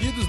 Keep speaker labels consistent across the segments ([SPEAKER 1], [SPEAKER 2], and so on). [SPEAKER 1] Livros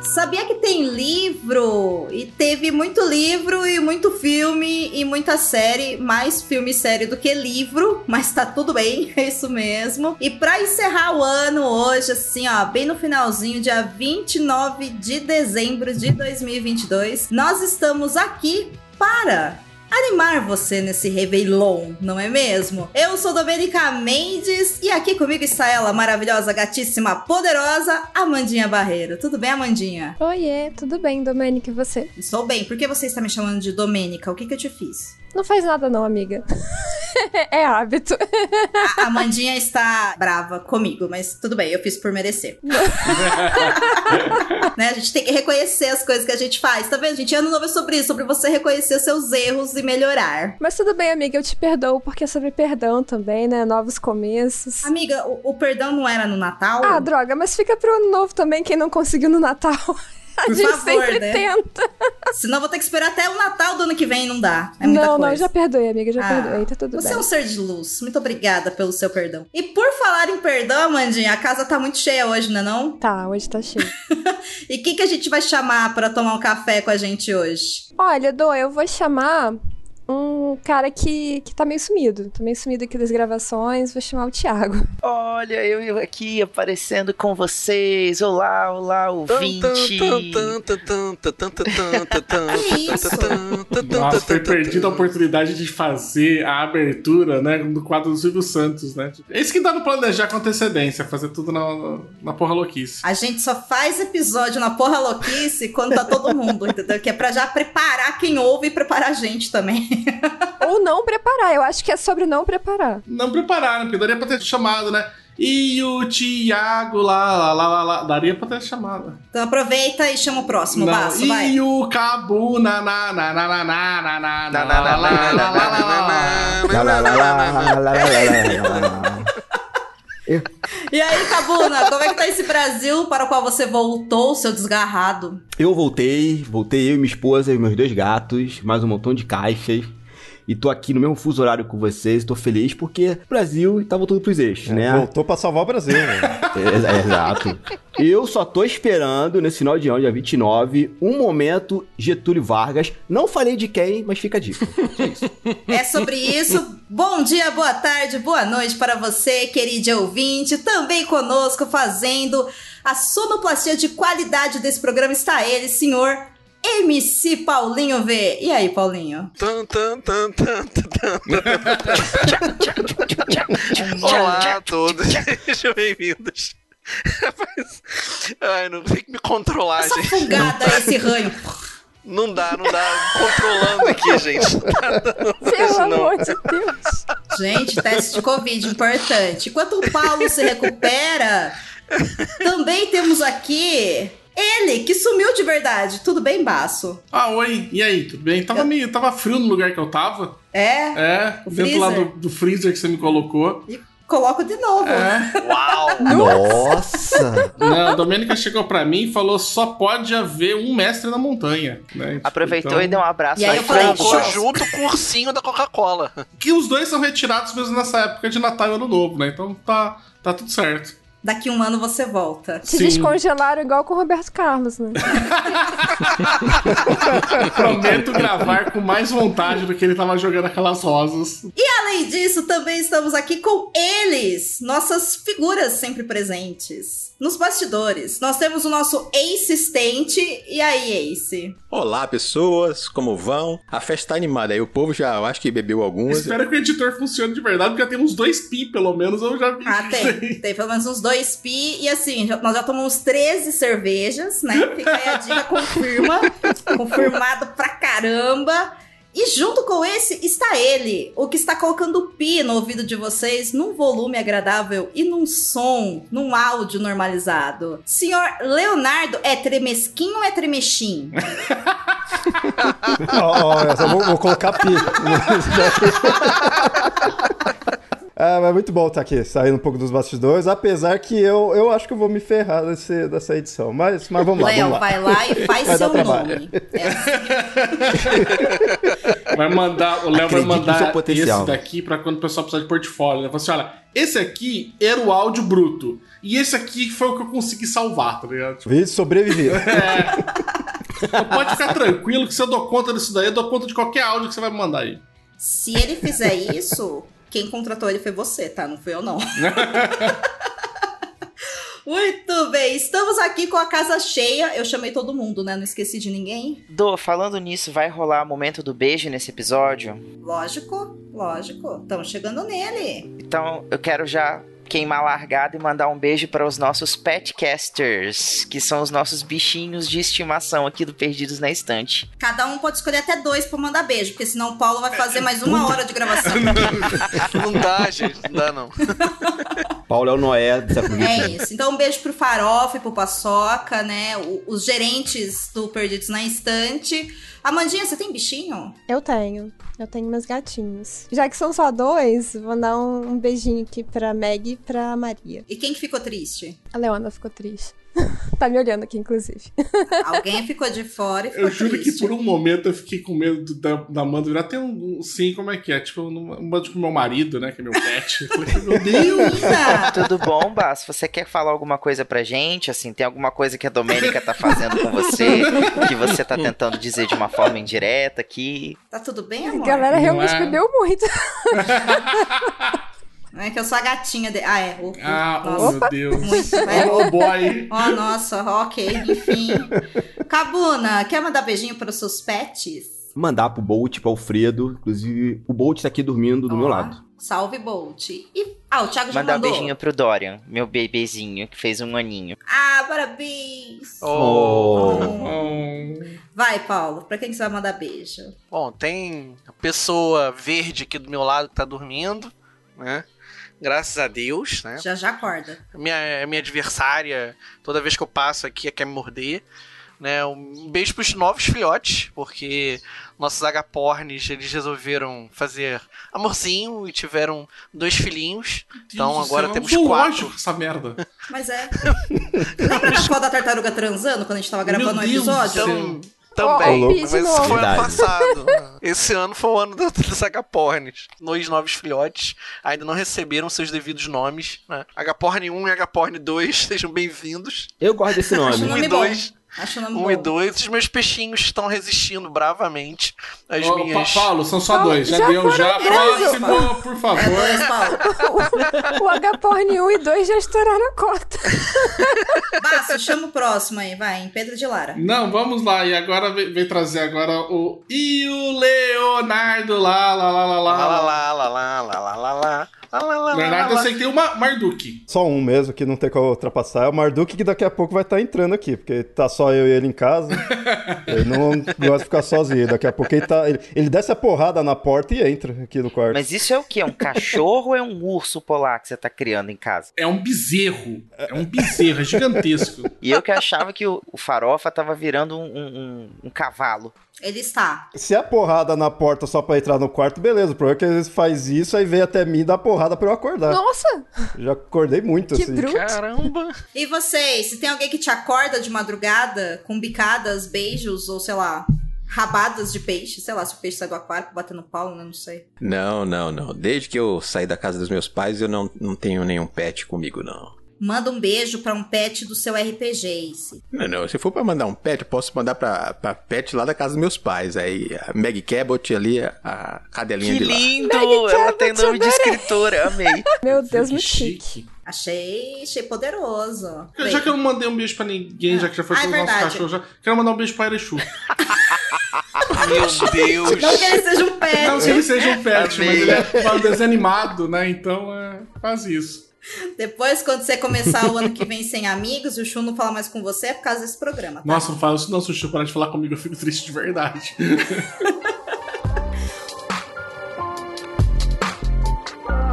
[SPEAKER 2] Sabia que tem livro? E teve muito livro e muito filme e muita série, mais filme e série do que livro, mas tá tudo bem, é isso mesmo. E pra encerrar o ano hoje, assim, ó, bem no finalzinho, dia 29 de dezembro de 2022, nós estamos aqui para animar você nesse Réveillon, não é mesmo? Eu sou Domenica Mendes e aqui comigo está ela, maravilhosa, gatíssima, poderosa, Amandinha Barreiro. Tudo bem, Amandinha?
[SPEAKER 3] Oiê, tudo bem, Domênica, e você?
[SPEAKER 2] Estou bem. Por que você está me chamando de Domênica? O que, que eu te fiz?
[SPEAKER 3] Não faz nada não, amiga. é hábito.
[SPEAKER 2] A Amandinha está brava comigo, mas tudo bem, eu fiz por merecer. né? A gente tem que reconhecer as coisas que a gente faz, tá vendo, gente? Ano novo é sobre isso, sobre você reconhecer seus erros e melhorar.
[SPEAKER 3] Mas tudo bem, amiga, eu te perdoo, porque é sobre perdão também, né? Novos começos.
[SPEAKER 2] Amiga, o, o perdão Ah, não era no Natal?
[SPEAKER 3] Ah, droga, mas fica pro ano novo também, quem não conseguiu no Natal. A
[SPEAKER 2] Por
[SPEAKER 3] gente
[SPEAKER 2] favor,
[SPEAKER 3] sempre
[SPEAKER 2] né?
[SPEAKER 3] tenta.
[SPEAKER 2] Senão eu vou ter que esperar até o Natal do ano que vem, não dá. É muita
[SPEAKER 3] não,
[SPEAKER 2] coisa.
[SPEAKER 3] não, já perdoei, amiga, já
[SPEAKER 2] Ah,
[SPEAKER 3] perdoei, tá tudo
[SPEAKER 2] Você
[SPEAKER 3] bem.
[SPEAKER 2] é um ser de luz. Muito obrigada pelo seu perdão. E por falar em perdão, Amandinha, a casa tá muito cheia hoje, não é não?
[SPEAKER 3] Tá, hoje tá cheio.
[SPEAKER 2] E quem que a gente vai chamar pra tomar um café com a gente hoje?
[SPEAKER 3] Olha, Dô, eu vou chamar um cara que, que tá meio sumido. Tá meio sumido aqui das gravações, vou chamar o Thiago.
[SPEAKER 4] Olha, eu aqui aparecendo com vocês. Olá, olá, ouvinte.
[SPEAKER 5] Nossa, foi perdida a oportunidade de fazer a abertura, né, do quadro do Silvio Santos, né? É isso que dá no planejar com antecedência, fazer tudo na, na porra louquice.
[SPEAKER 2] A gente só faz episódio na porra louquice quando tá todo mundo, entendeu? Que é pra já preparar quem ouve e preparar a gente também.
[SPEAKER 3] Ou não preparar, eu acho que é sobre não preparar.
[SPEAKER 5] Não prepararam, porque daria pra ter chamado, né? E o Thiago lá, lá, lá, lá, lá. Daria pra ter chamado.
[SPEAKER 2] Então aproveita e chama o próximo,
[SPEAKER 5] Não,
[SPEAKER 2] Basso, vai.
[SPEAKER 5] E o Cabu, na, na, na, na, na, na, na, na, na, na, na, na, na, na, na, na.
[SPEAKER 6] Lá, lá, lá, lá, lá, lá, lá, lá, lá, lá.
[SPEAKER 2] E aí, Cabuna, como é que tá esse Brasil para o qual você voltou, seu desgarrado?
[SPEAKER 6] Eu voltei, voltei eu e minha esposa e meus dois gatos, mais um montão de caixas. E tô aqui no mesmo fuso horário com vocês, tô feliz porque Brasil tá voltando pros eixos, né?
[SPEAKER 7] Voltou pra salvar o Brasil, né?
[SPEAKER 6] É, é, exato. Eu só tô esperando, nesse final de ano, dia 29, um momento Getúlio Vargas. Não falei de quem, mas fica a dica.
[SPEAKER 2] É sobre isso. Bom dia, boa tarde, boa noite para você, querido ouvinte. Também conosco fazendo a sonoplastia de qualidade desse programa está ele, senhor MC Paulinho V. E aí, Paulinho? Tá
[SPEAKER 4] Olá a todos. Sejam bem-vindos. Rapaz, Ai, não tem que me controlar,
[SPEAKER 2] Essa
[SPEAKER 4] Tá gente.
[SPEAKER 2] fungada, esse ranho.
[SPEAKER 4] Não dá, não dá. Controlando aqui, gente.
[SPEAKER 3] Pelo
[SPEAKER 4] Isso não.
[SPEAKER 3] amor de Deus.
[SPEAKER 2] Gente, teste de Covid, importante. Enquanto o Paulo se recupera, também temos aqui ele, que sumiu de verdade. Tudo bem, Baço?
[SPEAKER 5] Ah, oi, e aí, tudo bem? Tava meio, tava frio no lugar que eu tava.
[SPEAKER 2] É?
[SPEAKER 5] É,
[SPEAKER 2] O
[SPEAKER 5] dentro lá do,
[SPEAKER 2] freezer.
[SPEAKER 5] do freezer que você me colocou.
[SPEAKER 2] E coloco de novo.
[SPEAKER 5] É.
[SPEAKER 4] Uau!
[SPEAKER 6] Nossa!
[SPEAKER 5] Não, a Domênica chegou pra mim e falou: só pode haver um mestre na montanha. Né? Tipo,
[SPEAKER 4] Aproveitou
[SPEAKER 5] então-
[SPEAKER 4] e deu um abraço.
[SPEAKER 2] E aí
[SPEAKER 4] Aí
[SPEAKER 2] eu falei,
[SPEAKER 4] colocou
[SPEAKER 2] "Show".
[SPEAKER 4] junto com o ursinho da Coca-Cola.
[SPEAKER 5] Que os dois são retirados mesmo nessa época de Natal e Ano Novo, né? Então tá, tá tudo certo.
[SPEAKER 2] Daqui um ano você volta.
[SPEAKER 3] Te
[SPEAKER 5] Sim.
[SPEAKER 3] descongelaram igual com o Roberto Carlos, né?
[SPEAKER 5] Prometo gravar com mais vontade do que ele tava jogando aquelas rosas.
[SPEAKER 2] Além disso, também estamos aqui com eles, nossas figuras sempre presentes. Nos bastidores, nós temos o nosso ex-assistente. E aí, Ace?
[SPEAKER 8] Olá, pessoas, como vão? A festa tá animada aí, o povo já eu acho que bebeu algumas.
[SPEAKER 5] Espero que o editor funcione de verdade, porque tem uns dois pi, pelo menos, eu já vi.
[SPEAKER 2] Ah, tem. Tem pelo menos uns dois pi. E assim, já- nós já tomamos 13 cervejas, né? Fica aí a dica, confirma. Confirmado pra caramba. E junto com esse está ele, o que está colocando pi no ouvido de vocês, num volume agradável e num som, num áudio normalizado. Senhor Leonardo, é tremesquinho ou é tremexim?
[SPEAKER 7] Ó, ó, eu só vou, vou colocar pi. Ah, Ah, mas muito bom estar aqui, saindo um pouco dos bastidores, apesar que eu, eu acho que eu vou me ferrar desse, dessa edição. Mas, mas vamos lá,
[SPEAKER 2] Léo,
[SPEAKER 7] vamos lá.
[SPEAKER 2] vai lá e faz
[SPEAKER 7] Vai dar
[SPEAKER 2] seu
[SPEAKER 7] trabalho.
[SPEAKER 2] nome. É assim.
[SPEAKER 5] Vai mandar, o Léo vai
[SPEAKER 6] Acredite no seu
[SPEAKER 5] mandar
[SPEAKER 6] potencial.
[SPEAKER 5] esse daqui pra quando o pessoal precisar de portfólio. Ele fala assim: olha, esse aqui era o áudio bruto. E esse aqui foi o que eu consegui salvar, tá ligado? Tipo,
[SPEAKER 7] Vi sobrevivido.
[SPEAKER 5] então pode ficar tranquilo que se eu dou conta disso daí, eu dou conta de qualquer áudio que você vai me mandar aí.
[SPEAKER 2] Se ele fizer isso, quem contratou ele foi você, tá? Não fui eu, não. Muito bem, estamos aqui com a casa cheia. Eu chamei todo mundo, né? Não esqueci de ninguém.
[SPEAKER 9] Dô, falando nisso, vai rolar momento do beijo nesse episódio?
[SPEAKER 2] Lógico, lógico. Estamos chegando nele.
[SPEAKER 9] Então eu quero já queimar a largada e mandar um beijo para os nossos petcasters, que são os nossos bichinhos de estimação aqui do Perdidos na Estante.
[SPEAKER 2] Cada um pode escolher até dois pra mandar beijo, porque senão o Paulo vai fazer mais uma hora de gravação.
[SPEAKER 4] Não dá, gente, não dá não.
[SPEAKER 6] Paulo é o Noé do século XX.
[SPEAKER 2] É isso. Então, um beijo pro Farofa e pro Paçoca, né? O- os gerentes do Perdidos na Estante. Amandinha, você tem bichinho?
[SPEAKER 3] Eu tenho. Eu tenho meus gatinhos. Já que são só dois, vou dar um, um beijinho aqui pra Meg e pra Maria.
[SPEAKER 2] E quem que ficou triste?
[SPEAKER 3] A Leona ficou triste. tá me olhando aqui, inclusive.
[SPEAKER 2] Alguém ficou de fora e ficou
[SPEAKER 5] Eu juro que
[SPEAKER 2] triste.
[SPEAKER 5] por um momento eu fiquei com medo do- da, da Amanda virar. Tem um, um sim, como é que é? Tipo, um mando com meu marido, né? Que é meu pet. Eu falei, meu Deus!
[SPEAKER 2] Menina!
[SPEAKER 9] Tudo bom, Bas? Você quer falar alguma coisa pra gente? Assim, tem alguma coisa que a Domênica tá fazendo com você? Que você tá tentando dizer de uma forma indireta aqui?
[SPEAKER 2] Tá tudo bem,
[SPEAKER 3] A
[SPEAKER 2] amor?
[SPEAKER 3] galera
[SPEAKER 5] Não
[SPEAKER 3] realmente
[SPEAKER 5] é?
[SPEAKER 3] bebeu muito.
[SPEAKER 2] Não é que eu sou a gatinha dele. Ah, é. O,
[SPEAKER 5] Ah,
[SPEAKER 2] nossa.
[SPEAKER 5] oh, meu Deus.
[SPEAKER 2] Muito, vai.
[SPEAKER 5] Oh, boy.
[SPEAKER 2] Ó, nossa, ok, enfim. Cabuna, quer mandar beijinho para os seus pets?
[SPEAKER 6] Mandar pro Bolt, pro Alfredo. Inclusive, o Bolt tá aqui dormindo do
[SPEAKER 2] Ó,
[SPEAKER 6] meu lado.
[SPEAKER 2] Salve, Bolt. E... Ah, o Thiago já
[SPEAKER 9] Mandar um
[SPEAKER 2] mandou.
[SPEAKER 9] beijinho pro Dorian, meu bebezinho, que fez um aninho.
[SPEAKER 2] Ah, parabéns.
[SPEAKER 6] Oh.
[SPEAKER 5] Oh.
[SPEAKER 2] Vai, Paulo, pra quem que você vai mandar beijo?
[SPEAKER 4] Bom, tem a pessoa verde aqui do meu lado que tá dormindo, né? Graças a Deus, né?
[SPEAKER 2] Já já acorda.
[SPEAKER 4] Minha, minha adversária, toda vez que eu passo aqui, quer me morder. Né? Um beijo pros novos filhotes, porque nossos agapornes, eles resolveram fazer amorzinho e tiveram dois filhinhos. Então
[SPEAKER 5] Deus do
[SPEAKER 4] agora
[SPEAKER 5] céu, é um
[SPEAKER 4] temos
[SPEAKER 5] eu
[SPEAKER 4] quatro.
[SPEAKER 5] gosto dessa merda.
[SPEAKER 2] Mas é. Lembra da foto da tartaruga transando quando a gente tava gravando o
[SPEAKER 5] Deus do
[SPEAKER 2] episódio?
[SPEAKER 5] céu.
[SPEAKER 4] Tam- também,
[SPEAKER 3] Ô, louco.
[SPEAKER 4] mas
[SPEAKER 3] de
[SPEAKER 4] isso
[SPEAKER 3] novo.
[SPEAKER 4] foi ano
[SPEAKER 6] Verdade.
[SPEAKER 4] passado. Esse ano foi o ano do- dos agapornes. Dois novos filhotes ainda não receberam seus devidos nomes. Né? Agaporn 1 e Agaporn 2, sejam bem-vindos.
[SPEAKER 6] Eu gosto desse
[SPEAKER 2] Acho
[SPEAKER 6] nome.
[SPEAKER 2] o
[SPEAKER 4] Um e
[SPEAKER 2] nome bom.
[SPEAKER 4] dois.
[SPEAKER 2] Acho o nome
[SPEAKER 4] Um
[SPEAKER 2] bom.
[SPEAKER 4] e dois. Os meus peixinhos estão resistindo bravamente às
[SPEAKER 5] Ô,
[SPEAKER 4] minhas.
[SPEAKER 5] Pa- Paulo, são só
[SPEAKER 3] Paulo,
[SPEAKER 5] dois. Já,
[SPEAKER 3] já
[SPEAKER 5] deu,
[SPEAKER 3] foram
[SPEAKER 5] já.
[SPEAKER 2] presos,
[SPEAKER 5] Próximo,
[SPEAKER 2] Paulo.
[SPEAKER 5] por
[SPEAKER 2] É
[SPEAKER 5] favor.
[SPEAKER 2] dois, Paulo.
[SPEAKER 3] O H-Porn 1 e 2 já estouraram a cota.
[SPEAKER 2] Basso, chama o próximo aí, vai, em Pedro de Lara.
[SPEAKER 5] Não, vamos lá. E agora vem, vem trazer agora o. E o Leonardo lá, lá, lá, lá,
[SPEAKER 4] Lá,
[SPEAKER 5] lá.
[SPEAKER 4] lá,
[SPEAKER 5] lá,
[SPEAKER 4] lá, lá, lá, lá, lá, lá, lá. Lá, lá, lá, lá,
[SPEAKER 5] Leonardo, eu
[SPEAKER 4] lá.
[SPEAKER 5] sei que tem uma Marduk.
[SPEAKER 7] Só um mesmo, que não tem como ultrapassar. É o Marduk, que daqui a pouco vai estar entrando aqui, porque tá só eu e ele em casa. ele não gosta de ficar sozinho. Daqui a pouco ele tá. Ele, ele desce a porrada na porta e entra aqui no quarto.
[SPEAKER 9] Mas isso é o quê? Um cachorro ou é um urso polar que você tá criando em casa?
[SPEAKER 5] É um bezerro. É um bezerro, é gigantesco.
[SPEAKER 9] E eu que achava que o, o farofa tava virando um, um- um- um cavalo.
[SPEAKER 2] Ele está.
[SPEAKER 7] Se é porrada na porta só pra entrar no quarto, beleza. O problema é que às vezes faz isso, aí vem até mim e dá porrada pra eu
[SPEAKER 5] Ah,
[SPEAKER 7] acordar.
[SPEAKER 3] Nossa,
[SPEAKER 7] Já acordei muito,
[SPEAKER 3] que
[SPEAKER 7] assim.
[SPEAKER 3] bruto.
[SPEAKER 4] Caramba.
[SPEAKER 2] E vocês, se tem alguém que te acorda de madrugada com bicadas, beijos ou sei lá, rabadas de peixe, sei lá, se o peixe sai do aquário batendo pau, né? Não sei.
[SPEAKER 8] Não, não, não. Desde que eu saí da casa dos meus pais, eu não, não tenho nenhum pet comigo, não.
[SPEAKER 2] Manda um beijo pra um pet do seu RPG, Ace.
[SPEAKER 8] Não, não. Se for pra mandar um pet, eu posso mandar pra, pra pet lá da casa dos meus pais. Aí a Meg Cabot ali, a- a cadelinha
[SPEAKER 9] Que
[SPEAKER 8] de lá.
[SPEAKER 9] lindo! Ela tem nome de escritora, amei.
[SPEAKER 3] Meu Deus,
[SPEAKER 5] Que
[SPEAKER 3] muito chique.
[SPEAKER 2] Achei, achei poderoso. Bem,
[SPEAKER 5] Já que eu não mandei um beijo pra ninguém, já que já foi
[SPEAKER 2] Ah, é
[SPEAKER 5] todos os nossos
[SPEAKER 2] verdade.
[SPEAKER 5] cachorros, já quero mandar um beijo pra Erechu.
[SPEAKER 4] Meu Deus.
[SPEAKER 2] Não que ele seja um
[SPEAKER 5] Não que
[SPEAKER 2] pet.
[SPEAKER 5] ele seja um pet, mas
[SPEAKER 4] Amei.
[SPEAKER 5] ele é um desenho animado, né? Então é, faz isso.
[SPEAKER 2] Depois, quando você começar o ano que vem sem amigos e o Chu não falar mais com você, é por causa desse programa, tá?
[SPEAKER 5] Nossa, não fala isso não, Sushi. Para de falar comigo, eu fico triste de verdade.
[SPEAKER 2] É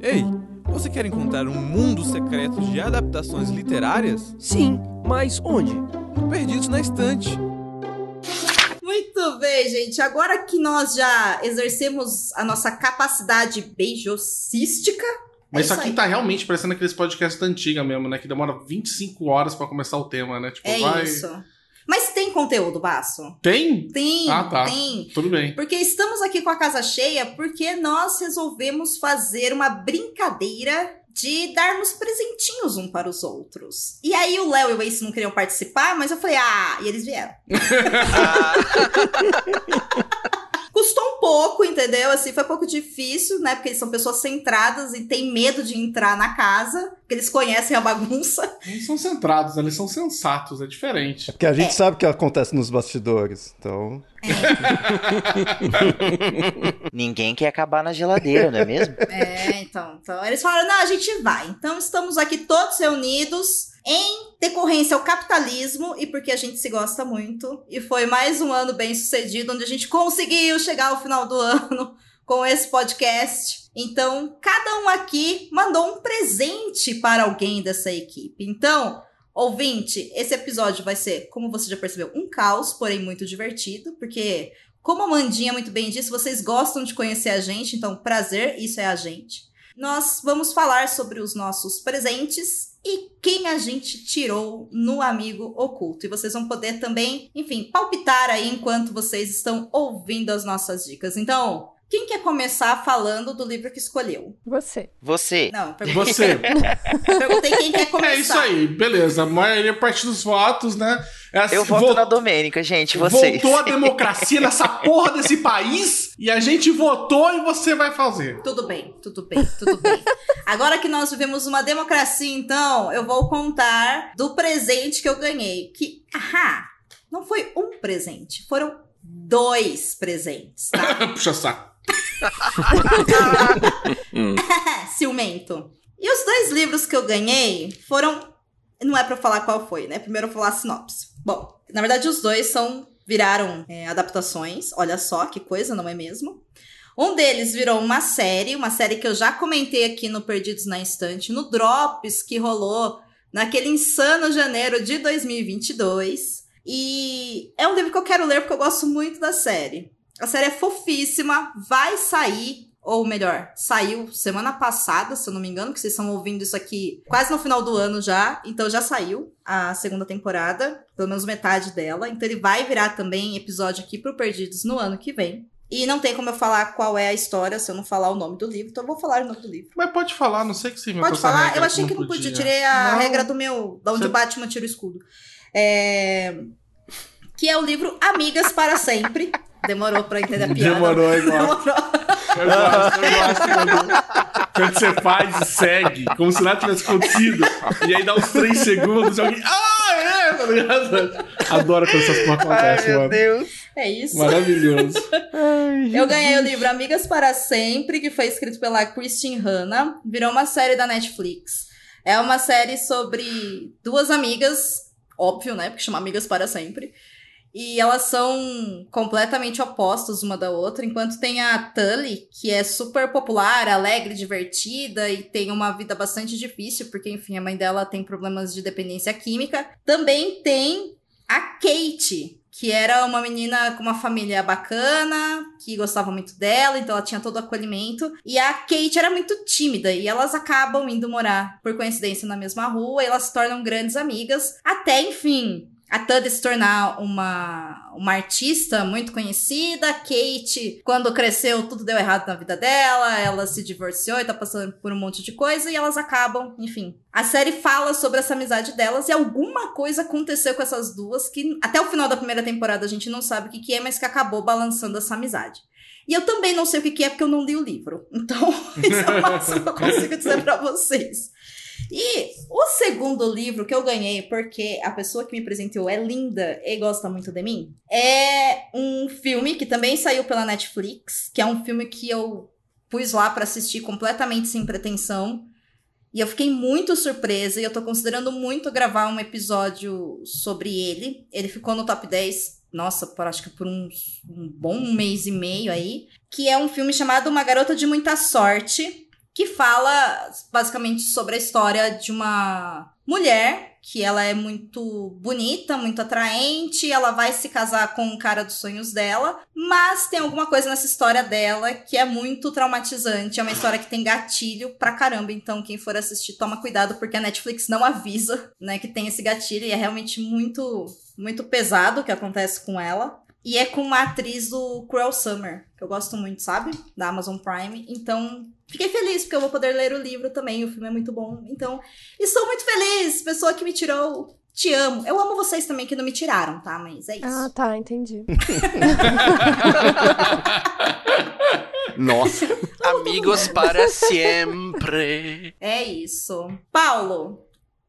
[SPEAKER 1] Ei, você quer encontrar um mundo secreto de adaptações literárias?
[SPEAKER 10] Sim, mas onde?
[SPEAKER 1] Perdidos na Estante.
[SPEAKER 2] Muito bem, bem, gente. Agora que nós já exercemos a nossa capacidade beijocística,
[SPEAKER 5] Mas
[SPEAKER 2] É
[SPEAKER 5] isso
[SPEAKER 2] isso
[SPEAKER 5] aqui
[SPEAKER 2] aí.
[SPEAKER 5] tá realmente parecendo aqueles podcasts da antiga mesmo, né? Que demora 25 horas pra começar o tema, né? Tipo,
[SPEAKER 2] é
[SPEAKER 5] vai.
[SPEAKER 2] isso. Mas tem conteúdo, Baço?
[SPEAKER 5] Tem?
[SPEAKER 2] Tem,
[SPEAKER 5] Ah, tá.
[SPEAKER 2] tem.
[SPEAKER 5] Tudo bem.
[SPEAKER 2] Porque estamos aqui com a casa cheia porque nós resolvemos fazer uma brincadeira de darmos presentinhos um para os outros. E aí o Léo e o Ace não queriam participar, mas eu falei, ah, e eles vieram.
[SPEAKER 4] Ah,
[SPEAKER 2] Custou um pouco, entendeu? Assim, foi um pouco difícil, né? Porque eles são pessoas centradas e têm medo de entrar na casa, porque eles conhecem a bagunça.
[SPEAKER 5] Eles são centrados, né? eles são sensatos, é diferente.
[SPEAKER 7] Porque a gente
[SPEAKER 2] É.
[SPEAKER 7] sabe o que acontece nos bastidores. Então,
[SPEAKER 9] Ninguém quer acabar na geladeira, não é mesmo?
[SPEAKER 2] É, então, então. Eles falaram, não, a gente vai. Então, estamos aqui todos reunidos em decorrência ao capitalismo e porque a gente se gosta muito. E foi mais um ano bem sucedido, onde a gente conseguiu chegar ao final do ano com esse podcast. Então, cada um aqui mandou um presente para alguém dessa equipe. Então, Ouvinte, esse episódio vai ser, como você já percebeu, um caos, porém muito divertido, porque, como a Mandinha muito bem disse, vocês gostam de conhecer a gente, então prazer, isso é a gente. Nós vamos falar sobre os nossos presentes e quem a gente tirou no Amigo Oculto. E vocês vão poder também, enfim, palpitar aí enquanto vocês estão ouvindo as nossas dicas. Então, quem quer começar falando do livro que escolheu?
[SPEAKER 3] Você.
[SPEAKER 9] Você.
[SPEAKER 2] Não, perguntei,
[SPEAKER 5] Você.
[SPEAKER 2] perguntei quem quer começar.
[SPEAKER 5] é isso aí, beleza. A maioria parte dos votos, né? É assim,
[SPEAKER 9] Eu voto
[SPEAKER 5] vo-
[SPEAKER 9] na Domênica, gente. Vocês.
[SPEAKER 5] Voltou a democracia nessa porra desse país e a gente votou e você vai fazer.
[SPEAKER 2] Tudo bem, tudo bem, tudo bem. Agora que nós vivemos uma democracia, então, eu vou contar do presente que eu ganhei. Que, ah, não foi um presente, foram dois presentes, tá?
[SPEAKER 5] Ah, Puxa saco.
[SPEAKER 2] Ciumento. E os dois livros que eu ganhei foram. Não é pra eu falar qual foi, né? Primeiro eu vou falar a sinopse. Bom, na verdade, os dois são. viraram é, adaptações. Olha só que coisa, não é mesmo? Um deles virou uma série, uma série que eu já comentei aqui no Perdidos na Estante, no Drops que rolou naquele insano janeiro de 2022. E é um livro que eu quero ler porque eu gosto muito da série. A série é fofíssima, vai sair, ou melhor, saiu semana passada, se eu não me engano, que vocês estão ouvindo isso aqui quase no final do ano já, então já saiu a segunda temporada, pelo menos metade dela, então ele vai virar também episódio aqui pro Perdidos no ano que vem. E não tem como eu falar qual é a história se eu não falar o nome do livro, então eu vou falar o nome do livro.
[SPEAKER 5] Mas pode falar, não sei que você inventou
[SPEAKER 2] Pode
[SPEAKER 5] essa
[SPEAKER 2] falar?
[SPEAKER 5] regra
[SPEAKER 2] Eu achei que não podia. Tirei a
[SPEAKER 5] Não.
[SPEAKER 2] regra do meu. Da onde
[SPEAKER 5] Você-
[SPEAKER 2] o Batman tira o escudo. É, Que é o livro Amigas para Sempre. Demorou pra entender a piada.
[SPEAKER 5] Demorou, eu gosto.
[SPEAKER 2] Demorou.
[SPEAKER 5] Eu gosto, eu gosto. quando- Quando você faz e segue, como se nada tivesse acontecido, e aí dá uns 3 segundos e alguém. Ah, é! Tá ligado? Adoro quando essas coisas
[SPEAKER 9] Ai,
[SPEAKER 5] acontecem,
[SPEAKER 9] meu
[SPEAKER 5] mano.
[SPEAKER 9] Deus.
[SPEAKER 2] É isso.
[SPEAKER 5] Maravilhoso.
[SPEAKER 2] Eu ganhei o livro Amigas para Sempre, que foi escrito pela Christine Hanna. Virou uma série da Netflix. É uma série sobre duas amigas, óbvio, né? Porque chama Amigas para Sempre. E elas são completamente opostas uma da outra. Enquanto tem a Tully, que é super popular, alegre, divertida e tem uma vida bastante difícil, porque, enfim, a mãe dela tem problemas de dependência química. Também tem a Kate, que era uma menina com uma família bacana, que gostava muito dela, então ela tinha todo o acolhimento. E a Kate era muito tímida, e elas acabam indo morar, por coincidência, na mesma rua, e elas se tornam grandes amigas, até enfim. A Tuddy se tornar uma, uma artista muito conhecida. A Kate, quando cresceu, tudo deu errado na vida dela. Ela se divorciou e tá passando por um monte de coisa. E elas acabam, enfim. A série fala sobre essa amizade delas e alguma coisa aconteceu com essas duas que até o final da primeira temporada a gente não sabe o que, que é, mas que acabou balançando essa amizade. E eu também não sei o que, que é porque eu não li o livro. Então, isso é o máximo que eu consigo dizer pra vocês. E o segundo livro que eu ganhei, porque a pessoa que me presenteou é linda e gosta muito de mim, é um filme que também saiu pela Netflix, que é um filme que eu pus lá pra assistir completamente sem pretensão. E eu fiquei muito surpresa e eu tô considerando muito gravar um episódio sobre ele. Ele ficou no top 10, nossa, por, acho que por uns- um bom mês e meio aí. Que é um filme chamado Uma Garota de Muita Sorte, que fala basicamente sobre a história de uma mulher que ela é muito bonita, muito atraente, ela vai se casar com o cara dos sonhos dela, mas tem alguma coisa nessa história dela que é muito traumatizante, é uma história que tem gatilho pra caramba, então quem for assistir toma cuidado porque a Netflix não avisa, né, que tem esse gatilho e é realmente muito muito pesado o que acontece com ela. E é com uma atriz do Cruel Summer, que eu gosto muito, sabe? Da Amazon Prime. Então, fiquei feliz, porque eu vou poder ler o livro também. O filme é muito bom. Então, estou muito feliz, pessoa que me tirou. Te amo. Eu amo vocês também que não me tiraram, tá? Mas é isso.
[SPEAKER 3] Ah, tá, entendi.
[SPEAKER 6] Nossa.
[SPEAKER 4] Amigos para sempre.
[SPEAKER 2] É isso. Paulo,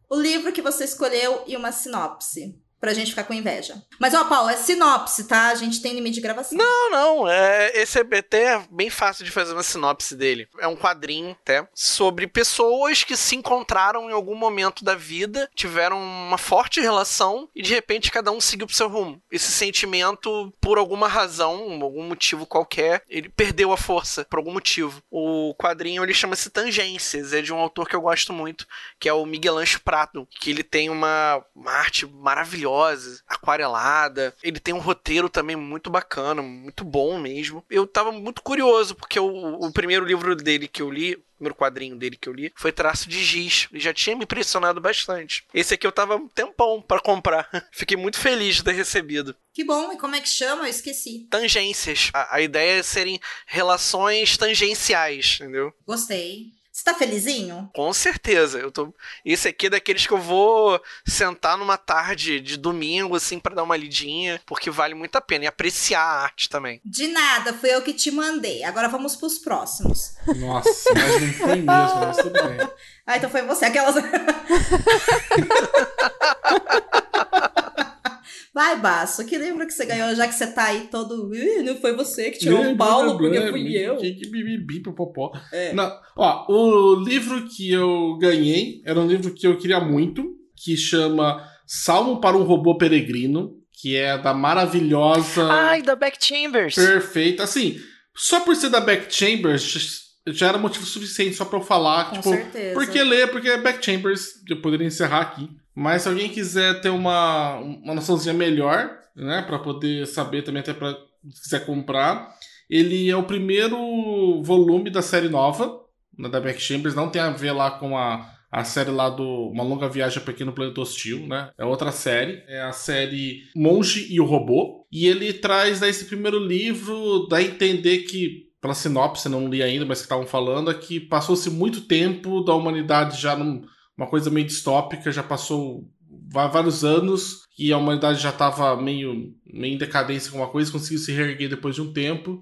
[SPEAKER 2] o livro que você escolheu e uma sinopse. Pra gente ficar com inveja. Mas, ó, Paulo, é sinopse, tá? A gente tem limite de gravação.
[SPEAKER 4] Não, não. É, esse é até bem fácil de fazer uma sinopse dele. É um quadrinho, até, sobre pessoas que se encontraram em algum momento da vida, tiveram uma forte relação e de repente cada um seguiu pro seu rumo. Esse sentimento, por alguma razão, algum motivo qualquer, ele perdeu a força, por algum motivo. O quadrinho ele chama-se Tangências, é de um autor que eu gosto muito, que é o Miguel Ancho Prato, que ele tem uma, uma arte maravilhosa, aquarelada. Ele tem um roteiro também muito bacana, muito bom mesmo. Eu tava muito curioso, porque o, o primeiro livro dele que eu li, o primeiro quadrinho dele que eu li, foi Traço de Giz. E já tinha me impressionado bastante. Esse aqui eu tava um tempão pra comprar. Fiquei muito feliz de ter recebido.
[SPEAKER 2] Que bom, e como é que chama? Eu esqueci.
[SPEAKER 4] Tangências. A, a ideia é serem relações tangenciais, entendeu?
[SPEAKER 2] Gostei. Você tá felizinho?
[SPEAKER 4] Com certeza. Eu tô. Esse aqui é daqueles que eu vou sentar numa tarde de domingo, assim, pra dar uma lidinha, porque vale muito a pena. E apreciar a arte também.
[SPEAKER 2] De nada, fui eu que te mandei. Agora vamos pros próximos.
[SPEAKER 5] Nossa, mas não foi mesmo, mas tudo bem.
[SPEAKER 2] Ah, então foi você, aquelas. Vai, Basso, que livro que você ganhou, já que você tá aí todo. "Ih, não foi você que tirou o Paulo, porque fui eu.
[SPEAKER 5] Que, que bibibi, popopó.
[SPEAKER 2] É.
[SPEAKER 5] Não, ó, o livro que eu ganhei era um livro que eu queria muito, que chama Salmo para um Robô Peregrino, que é da maravilhosa,
[SPEAKER 9] Ai, da Back Chambers.
[SPEAKER 5] perfeita. Assim, só por ser da Back Chambers, já era motivo suficiente só pra eu falar.
[SPEAKER 2] Com
[SPEAKER 5] tipo,
[SPEAKER 2] certeza.
[SPEAKER 5] por que ler? Porque é Back Chambers, eu poderia encerrar aqui. Mas se alguém quiser ter uma, uma noçãozinha melhor, né? Pra poder saber também, até pra se quiser comprar. Ele é o primeiro volume da série nova, né, da Back Chambers. Não tem a ver lá com a, a série lá do Uma Longa Viagem a Pequeno Planeta Hostil, né? É outra série. É a série Monge e o Robô. E ele traz né, esse primeiro livro, dá a entender que, pela sinopse, não li ainda, mas que estavam falando, é que passou-se muito tempo da humanidade já num uma coisa meio distópica, já passou va- vários anos e a humanidade já estava meio, meio em decadência com uma coisa, conseguiu se reerguer depois de um tempo.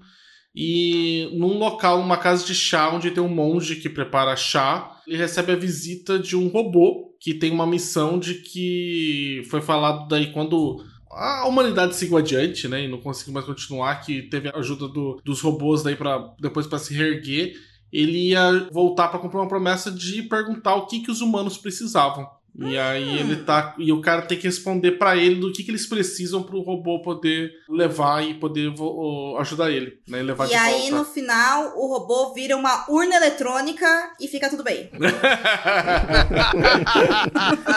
[SPEAKER 5] E num local, numa casa de chá, onde tem um monge que prepara chá, ele recebe a visita de um robô que tem uma missão de que foi falado daí quando a humanidade seguiu adiante, né, e não conseguiu mais continuar, que teve a ajuda do- dos robôs daí para depois para se reerguer, ele ia voltar para cumprir uma promessa de perguntar o que, que os humanos precisavam. E
[SPEAKER 2] Ah.
[SPEAKER 5] aí ele tá. E o cara tem que responder para ele do que, que eles precisam pro robô poder levar e poder vo- ajudar ele, né? e Levar
[SPEAKER 2] E
[SPEAKER 5] de
[SPEAKER 2] aí, no
[SPEAKER 5] volta.
[SPEAKER 2] final, o robô vira uma urna eletrônica e fica tudo bem.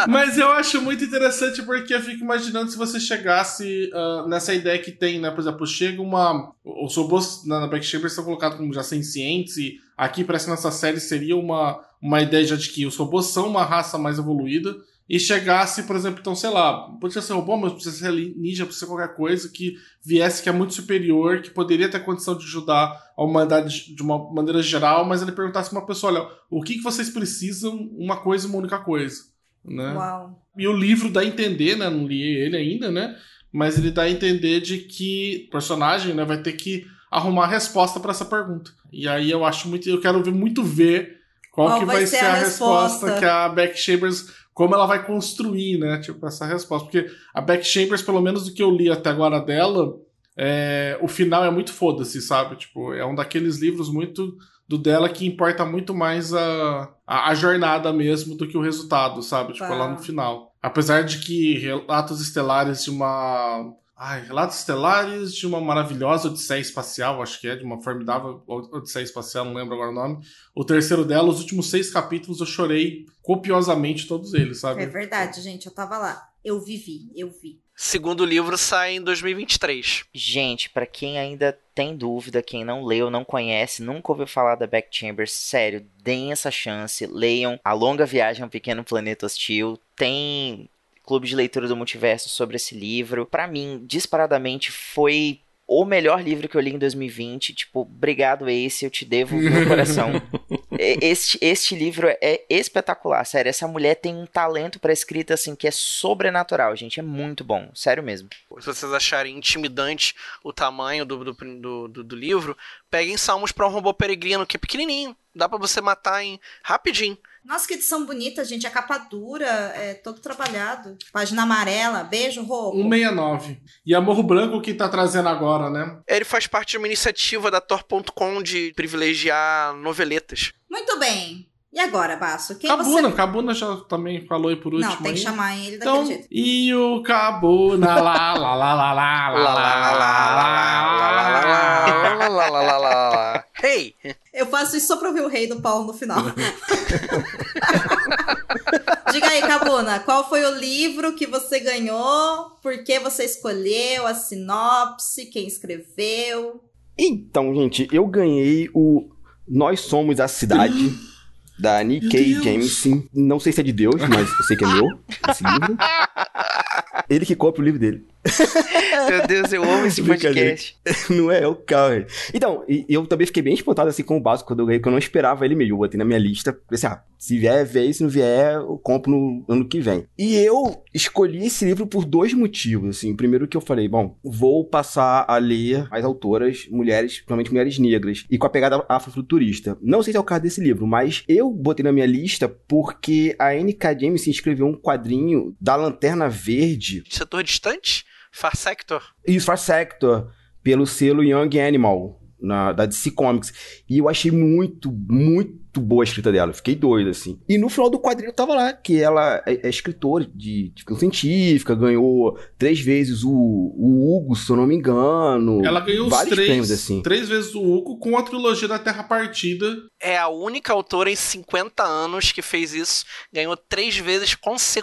[SPEAKER 5] Mas eu acho muito interessante porque eu fico imaginando se você chegasse ah, nessa ideia que tem, né? Por exemplo, chega uma. Os robôs na, na Black Chamber são colocados como já sencientes, e aqui parece que nessa série seria uma, uma ideia já de que os robôs são uma raça mais evoluída. E chegasse, por exemplo, então, sei lá, podia ser robô, mas precisa ser ninja, precisa ser qualquer coisa que viesse que é muito superior, que poderia ter condição de ajudar a humanidade de uma maneira geral, mas ele perguntasse pra uma pessoa: olha, o que, que vocês precisam? Uma coisa, uma única coisa. Né?
[SPEAKER 2] Uau.
[SPEAKER 5] E o livro dá a entender, né? Não li ele ainda, né? Mas ele dá a entender de que o personagem né, vai ter que arrumar a resposta para essa pergunta. E aí eu acho muito. Eu quero ver muito ver qual, que vai ser, a resposta, que a Beck Chambers. Como ela vai construir, né? Tipo, essa resposta. Porque a Beck Chambers, pelo menos do que eu li até agora dela, é, o final é muito foda-se, sabe? Tipo, é um daqueles livros muito do dela que importa muito mais a, a, a jornada mesmo do que o resultado, sabe? Tipo,
[SPEAKER 2] Tá.
[SPEAKER 5] lá no final. Apesar de que Relatos Estelares de uma Ai, relatos estelares de uma maravilhosa odisseia espacial, acho que é, de uma formidável od- odisseia espacial, não lembro agora o nome. O terceiro dela, os últimos seis capítulos, eu chorei copiosamente todos eles,
[SPEAKER 2] É
[SPEAKER 5] sabe?
[SPEAKER 2] verdade, gente, eu tava lá. Eu vivi, eu vi.
[SPEAKER 4] Segundo livro sai em 2023.
[SPEAKER 9] Gente, pra quem ainda tem dúvida, quem não leu, não conhece, nunca ouviu falar da Back Chambers, sério, deem essa chance, leiam A Longa Viagem ao Pequeno Planeta Hostil. Tem clube de leitura do multiverso sobre esse livro. Pra mim, disparadamente foi o melhor livro que eu li em 2020. Tipo, obrigado Ace, eu te devo meu coração. E- Este, este livro é espetacular, sério. Essa mulher tem um talento pra escrita assim que é sobrenatural, gente. É muito bom, sério mesmo.
[SPEAKER 4] se vocês acharem intimidante o tamanho do, do, do, do- do livro, peguem Salmos para um Robô Peregrino, que é pequenininho. Dá pra você matar em rapidinho.
[SPEAKER 2] Nossa, que edição bonita, gente. A capa dura, é todo trabalhado. Página amarela. Beijo, Rô.
[SPEAKER 5] 169. E é Morro Branco que tá trazendo agora, né?
[SPEAKER 4] Ele faz parte de uma iniciativa da Tor.com de privilegiar noveletas.
[SPEAKER 2] Muito bem. E agora, Basso? Quem você...
[SPEAKER 5] Cabuna, Cabuna já também falou aí por né? último.
[SPEAKER 2] Não, tem que
[SPEAKER 5] aí.
[SPEAKER 2] chamar ele daquele
[SPEAKER 5] Então,
[SPEAKER 2] jeito.
[SPEAKER 5] e o Cabuna, lá, lá, lá, lá, lá, lá, lá, lá, lá, lá, lá.
[SPEAKER 4] Hey!
[SPEAKER 2] Eu faço isso só pra ouvir o rei do Paulo no final. Diga aí, Cabuna, qual foi o livro que você ganhou? Por que você escolheu? A sinopse? Quem escreveu?
[SPEAKER 6] Então, gente, eu ganhei o Nós Somos a Cidade, da Nikkei
[SPEAKER 5] Meu Deus.
[SPEAKER 6] Jameson. Não sei se é de Deus, mas eu sei que é meu, esse livro. Ele que compra o livro dele.
[SPEAKER 9] Meu Deus, eu amo esse
[SPEAKER 6] Brincadeira.
[SPEAKER 9] podcast.
[SPEAKER 6] Não é, é o cara. Então, e- e eu também fiquei bem espantado assim com o básico quando eu ganhei, porque eu não esperava ele mesmo. Eu botei na minha lista, pensei, ah, se vier, vê, se não vier, eu compro no ano que vem. E eu escolhi esse livro por dois motivos, assim. Primeiro que eu falei, bom, vou passar a ler as autoras, mulheres, principalmente mulheres negras, e com a pegada afrofuturista. Não sei se é o caso desse livro, mas eu botei na minha lista porque a N.K. Jameson escreveu um quadrinho da Lanterna Verde,
[SPEAKER 4] Setor distante? Far Sector?
[SPEAKER 6] isso, Far Sector, pelo selo Young Animal, na, da DC Comics. E eu achei muito, muito boa a escrita dela. Fiquei doido, assim. E no final do quadrinho tava lá, que ela é, é escritora de, de ficção científica, ganhou três vezes o, o Hugo, se eu não me engano.
[SPEAKER 5] Ela ganhou os
[SPEAKER 6] vários prêmios,
[SPEAKER 5] três,
[SPEAKER 6] assim.
[SPEAKER 5] três vezes o Uco com a trilogia da Terra Partida.
[SPEAKER 4] É a única autora em 50 anos que fez isso. Ganhou três vezes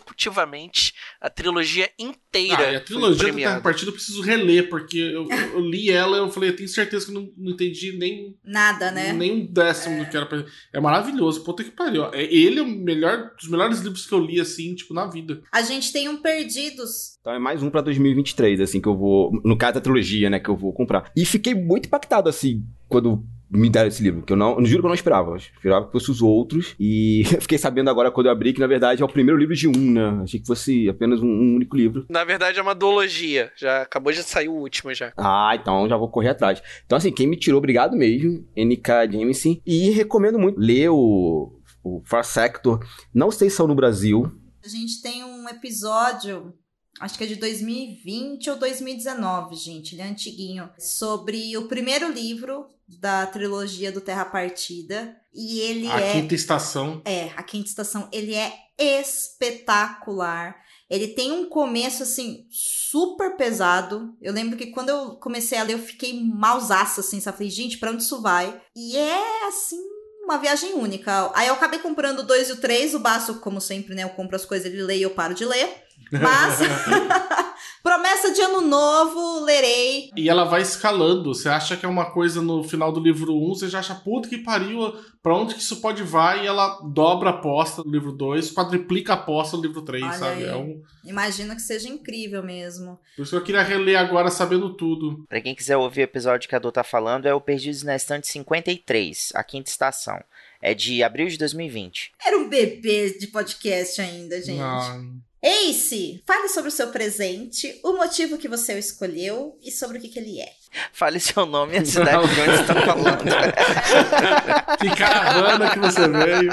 [SPEAKER 4] consecutivamente a trilogia inteira.
[SPEAKER 5] Ah, e a
[SPEAKER 4] foi
[SPEAKER 5] trilogia do
[SPEAKER 4] premiada.
[SPEAKER 5] Terra Partida eu preciso reler, porque eu, eu li ela e eu falei, eu tenho certeza que eu não, não entendi nem,
[SPEAKER 2] Nada, né?
[SPEAKER 5] nem um décimo do que era pra... É maravilhoso, puta que pariu. É- Ele é o melhor, dos melhores livros que eu li, assim, tipo, na vida.
[SPEAKER 2] A gente tem um Perdidos.
[SPEAKER 6] Então é mais um pra 2023, assim, que eu vou. No caso da trilogia, né, que eu vou comprar. E fiquei muito impactado, assim, quando me deram esse livro, que eu não. Juro que eu não esperava. Eu esperava que fosse os outros. E fiquei sabendo agora quando eu abri que, na verdade, é o primeiro livro de um, né? Achei que fosse apenas um, um único livro.
[SPEAKER 4] Na verdade é uma duologia. Já acabou de sair o último já.
[SPEAKER 6] Ah, então já vou correr atrás. Então, assim, quem me tirou, obrigado mesmo, NK Jameson. E recomendo muito ler o, o Far Sector. Não sei se são no Brasil.
[SPEAKER 2] A gente tem um episódio, acho que é de 2020 ou 2019, gente. Ele é antiguinho. Sobre o primeiro livro da trilogia do Terra Partida. E ele
[SPEAKER 5] a
[SPEAKER 2] é.
[SPEAKER 5] quinta estação.
[SPEAKER 2] É, a quinta estação, ele é espetacular. Ele tem um começo, assim, super pesado. Eu lembro que quando eu comecei a ler, eu fiquei mausaça, assim, sabe? Falei, gente, pra onde isso vai? E é, assim, uma viagem única. Aí eu acabei comprando o 2 e o 3. O Baço, como sempre, né? Eu compro as coisas, ele lê e eu paro de ler. Mas, promessa de ano novo, lerei.
[SPEAKER 5] E ela vai escalando. Você acha que é uma coisa no final do livro 1, você já acha, puta que pariu, pra onde que isso pode vai? E ela dobra a aposta no livro 2, quadriplica a aposta no livro 3,
[SPEAKER 2] Olha
[SPEAKER 5] sabe?
[SPEAKER 2] aí.
[SPEAKER 5] É um...
[SPEAKER 2] Imagino que seja incrível mesmo.
[SPEAKER 5] Por isso que eu queria reler agora sabendo tudo.
[SPEAKER 9] Pra quem quiser ouvir o episódio que a Dô tá falando, é o Perdidos na Estante 53, a quinta estação. É de abril de 2020.
[SPEAKER 2] Era um bebê de podcast ainda, gente.
[SPEAKER 5] Ah,
[SPEAKER 2] Ace, fale sobre o seu presente, o motivo que você o escolheu e sobre o que, que ele é.
[SPEAKER 9] Fale seu nome e a cidade de onde você tá falando.
[SPEAKER 5] Que caravana que você veio.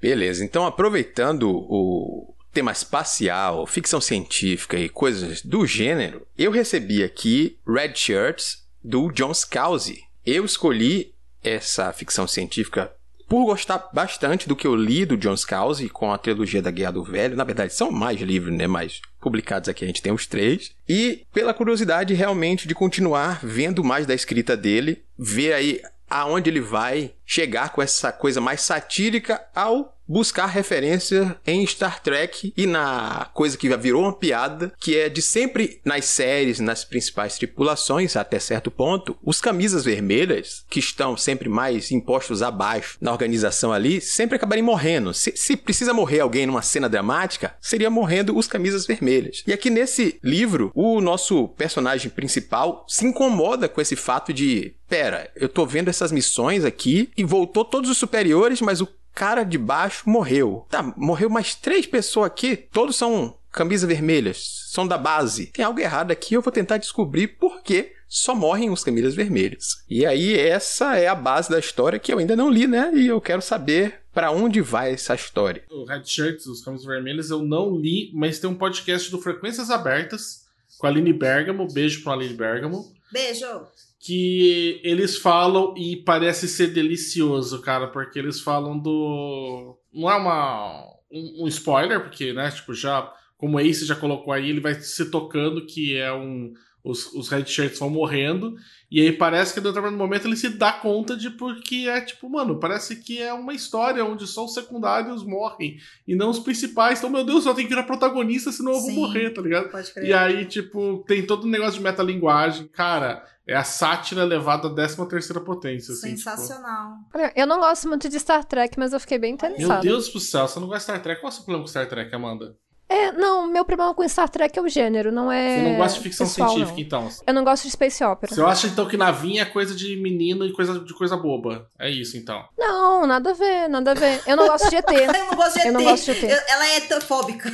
[SPEAKER 8] Beleza, então aproveitando o tema espacial, ficção científica e coisas do gênero, eu recebi aqui Red Shirts do John Scalzi. Eu escolhi essa ficção científica por gostar bastante do que eu li do John Scalzi com a trilogia da Guerra do Velho, na verdade são mais livros, né, mas publicados aqui a gente tem os três, e pela curiosidade realmente de continuar vendo mais da escrita dele, ver aí aonde ele vai chegar com essa coisa mais satírica ao buscar referência em Star Trek e na coisa que já virou uma piada, que é de sempre nas séries, nas principais tripulações, até certo ponto, os camisas vermelhas, que estão sempre mais impostos abaixo na organização ali, sempre acabarem morrendo. Se, se precisa morrer alguém numa cena dramática, seria morrendo os camisas vermelhas. E aqui nesse livro, o nosso personagem principal se incomoda com esse fato de pera, eu tô vendo essas missões aqui e voltou todos os superiores, mas o cara de baixo morreu. Tá, morreu mais três pessoas aqui, todos são camisas vermelhas, são da base. Tem algo errado aqui, eu vou tentar descobrir por que só morrem os camisas vermelhas. E aí essa é a base da história que eu ainda não li, né? E eu quero saber pra onde vai essa história.
[SPEAKER 5] O Red Shirts, os Caminhos Vermelhos, eu não li, mas tem um podcast do Frequências Abertas com a Aline Bergamo. Beijo pra Aline Bergamo.
[SPEAKER 2] Beijo!
[SPEAKER 5] que eles falam e parece ser delicioso, cara, porque eles falam do. Não é uma, um, um spoiler, porque, né, tipo, já. Como o Ace já colocou aí, ele vai se tocando que é um. Os, os red shirts vão morrendo. E aí parece que, em determinado momento, ele se dá conta de porque é tipo, mano, parece que é uma história onde só os secundários morrem e não os principais. Então, meu Deus, só tem que virar protagonista, senão eu vou
[SPEAKER 2] Sim.
[SPEAKER 5] morrer, tá ligado?
[SPEAKER 2] Pode crer.
[SPEAKER 5] E aí, tipo, tem todo um negócio de metalinguagem. Cara, é a sátira levada à 13 terceira potência. Assim, tipo.
[SPEAKER 2] Sensacional.
[SPEAKER 3] Olha, eu não gosto muito de Star Trek, mas eu fiquei bem
[SPEAKER 5] Meu
[SPEAKER 3] interessada.
[SPEAKER 5] Deus do céu, você não gosta de Star Trek? Qual é o seu problema com Star Trek, Amanda?
[SPEAKER 3] É, não, meu problema com Star Trek é o gênero, não é.
[SPEAKER 5] Você não gosta de ficção
[SPEAKER 3] pessoal,
[SPEAKER 5] científica,
[SPEAKER 3] não.
[SPEAKER 5] então.
[SPEAKER 3] Eu não gosto de space opera.
[SPEAKER 5] Você acha então que navinha é coisa de menino e coisa de coisa boba. É isso, então.
[SPEAKER 3] Não, nada a ver, nada a ver. Eu não gosto de ET.
[SPEAKER 2] Eu não gosto de ET.
[SPEAKER 3] Eu não gosto de ET.
[SPEAKER 2] Eu- ela é etofóbica.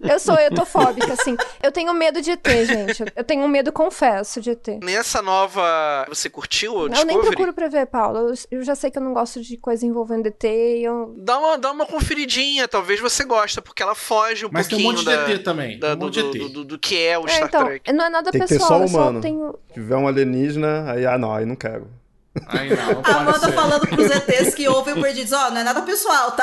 [SPEAKER 3] Eu sou etofóbica, assim. Eu tenho medo de ET, gente. Eu tenho um medo, confesso, de ET.
[SPEAKER 4] Nessa nova. Você curtiu o
[SPEAKER 3] Eu nem
[SPEAKER 4] Discovery?
[SPEAKER 3] procuro pra ver, Paulo. Eu- Eu já sei que eu não gosto de coisa envolvendo ET. Eu...
[SPEAKER 4] Dá uma, dá uma conferidinha, talvez você gosta, porque ela foge um
[SPEAKER 5] Mas tem um
[SPEAKER 4] pouquinho
[SPEAKER 5] monte de
[SPEAKER 4] da,
[SPEAKER 5] ET também.
[SPEAKER 4] da-
[SPEAKER 5] um
[SPEAKER 4] do,
[SPEAKER 5] monte de
[SPEAKER 4] do,
[SPEAKER 5] ET.
[SPEAKER 4] do, do que é o
[SPEAKER 3] É,
[SPEAKER 4] Star
[SPEAKER 3] então,
[SPEAKER 4] Trek.
[SPEAKER 3] não é nada
[SPEAKER 7] Tem que ter
[SPEAKER 3] pessoal,
[SPEAKER 7] só
[SPEAKER 3] eu só
[SPEAKER 7] humano.
[SPEAKER 3] tenho.
[SPEAKER 7] Se tiver um alienígena, aí, ah, não, aí não quero.
[SPEAKER 5] Ai, não, não
[SPEAKER 2] A Amanda
[SPEAKER 5] pode ser.
[SPEAKER 2] falando pros ETs que ouvem o perdido diz, ó, não é nada pessoal, tá?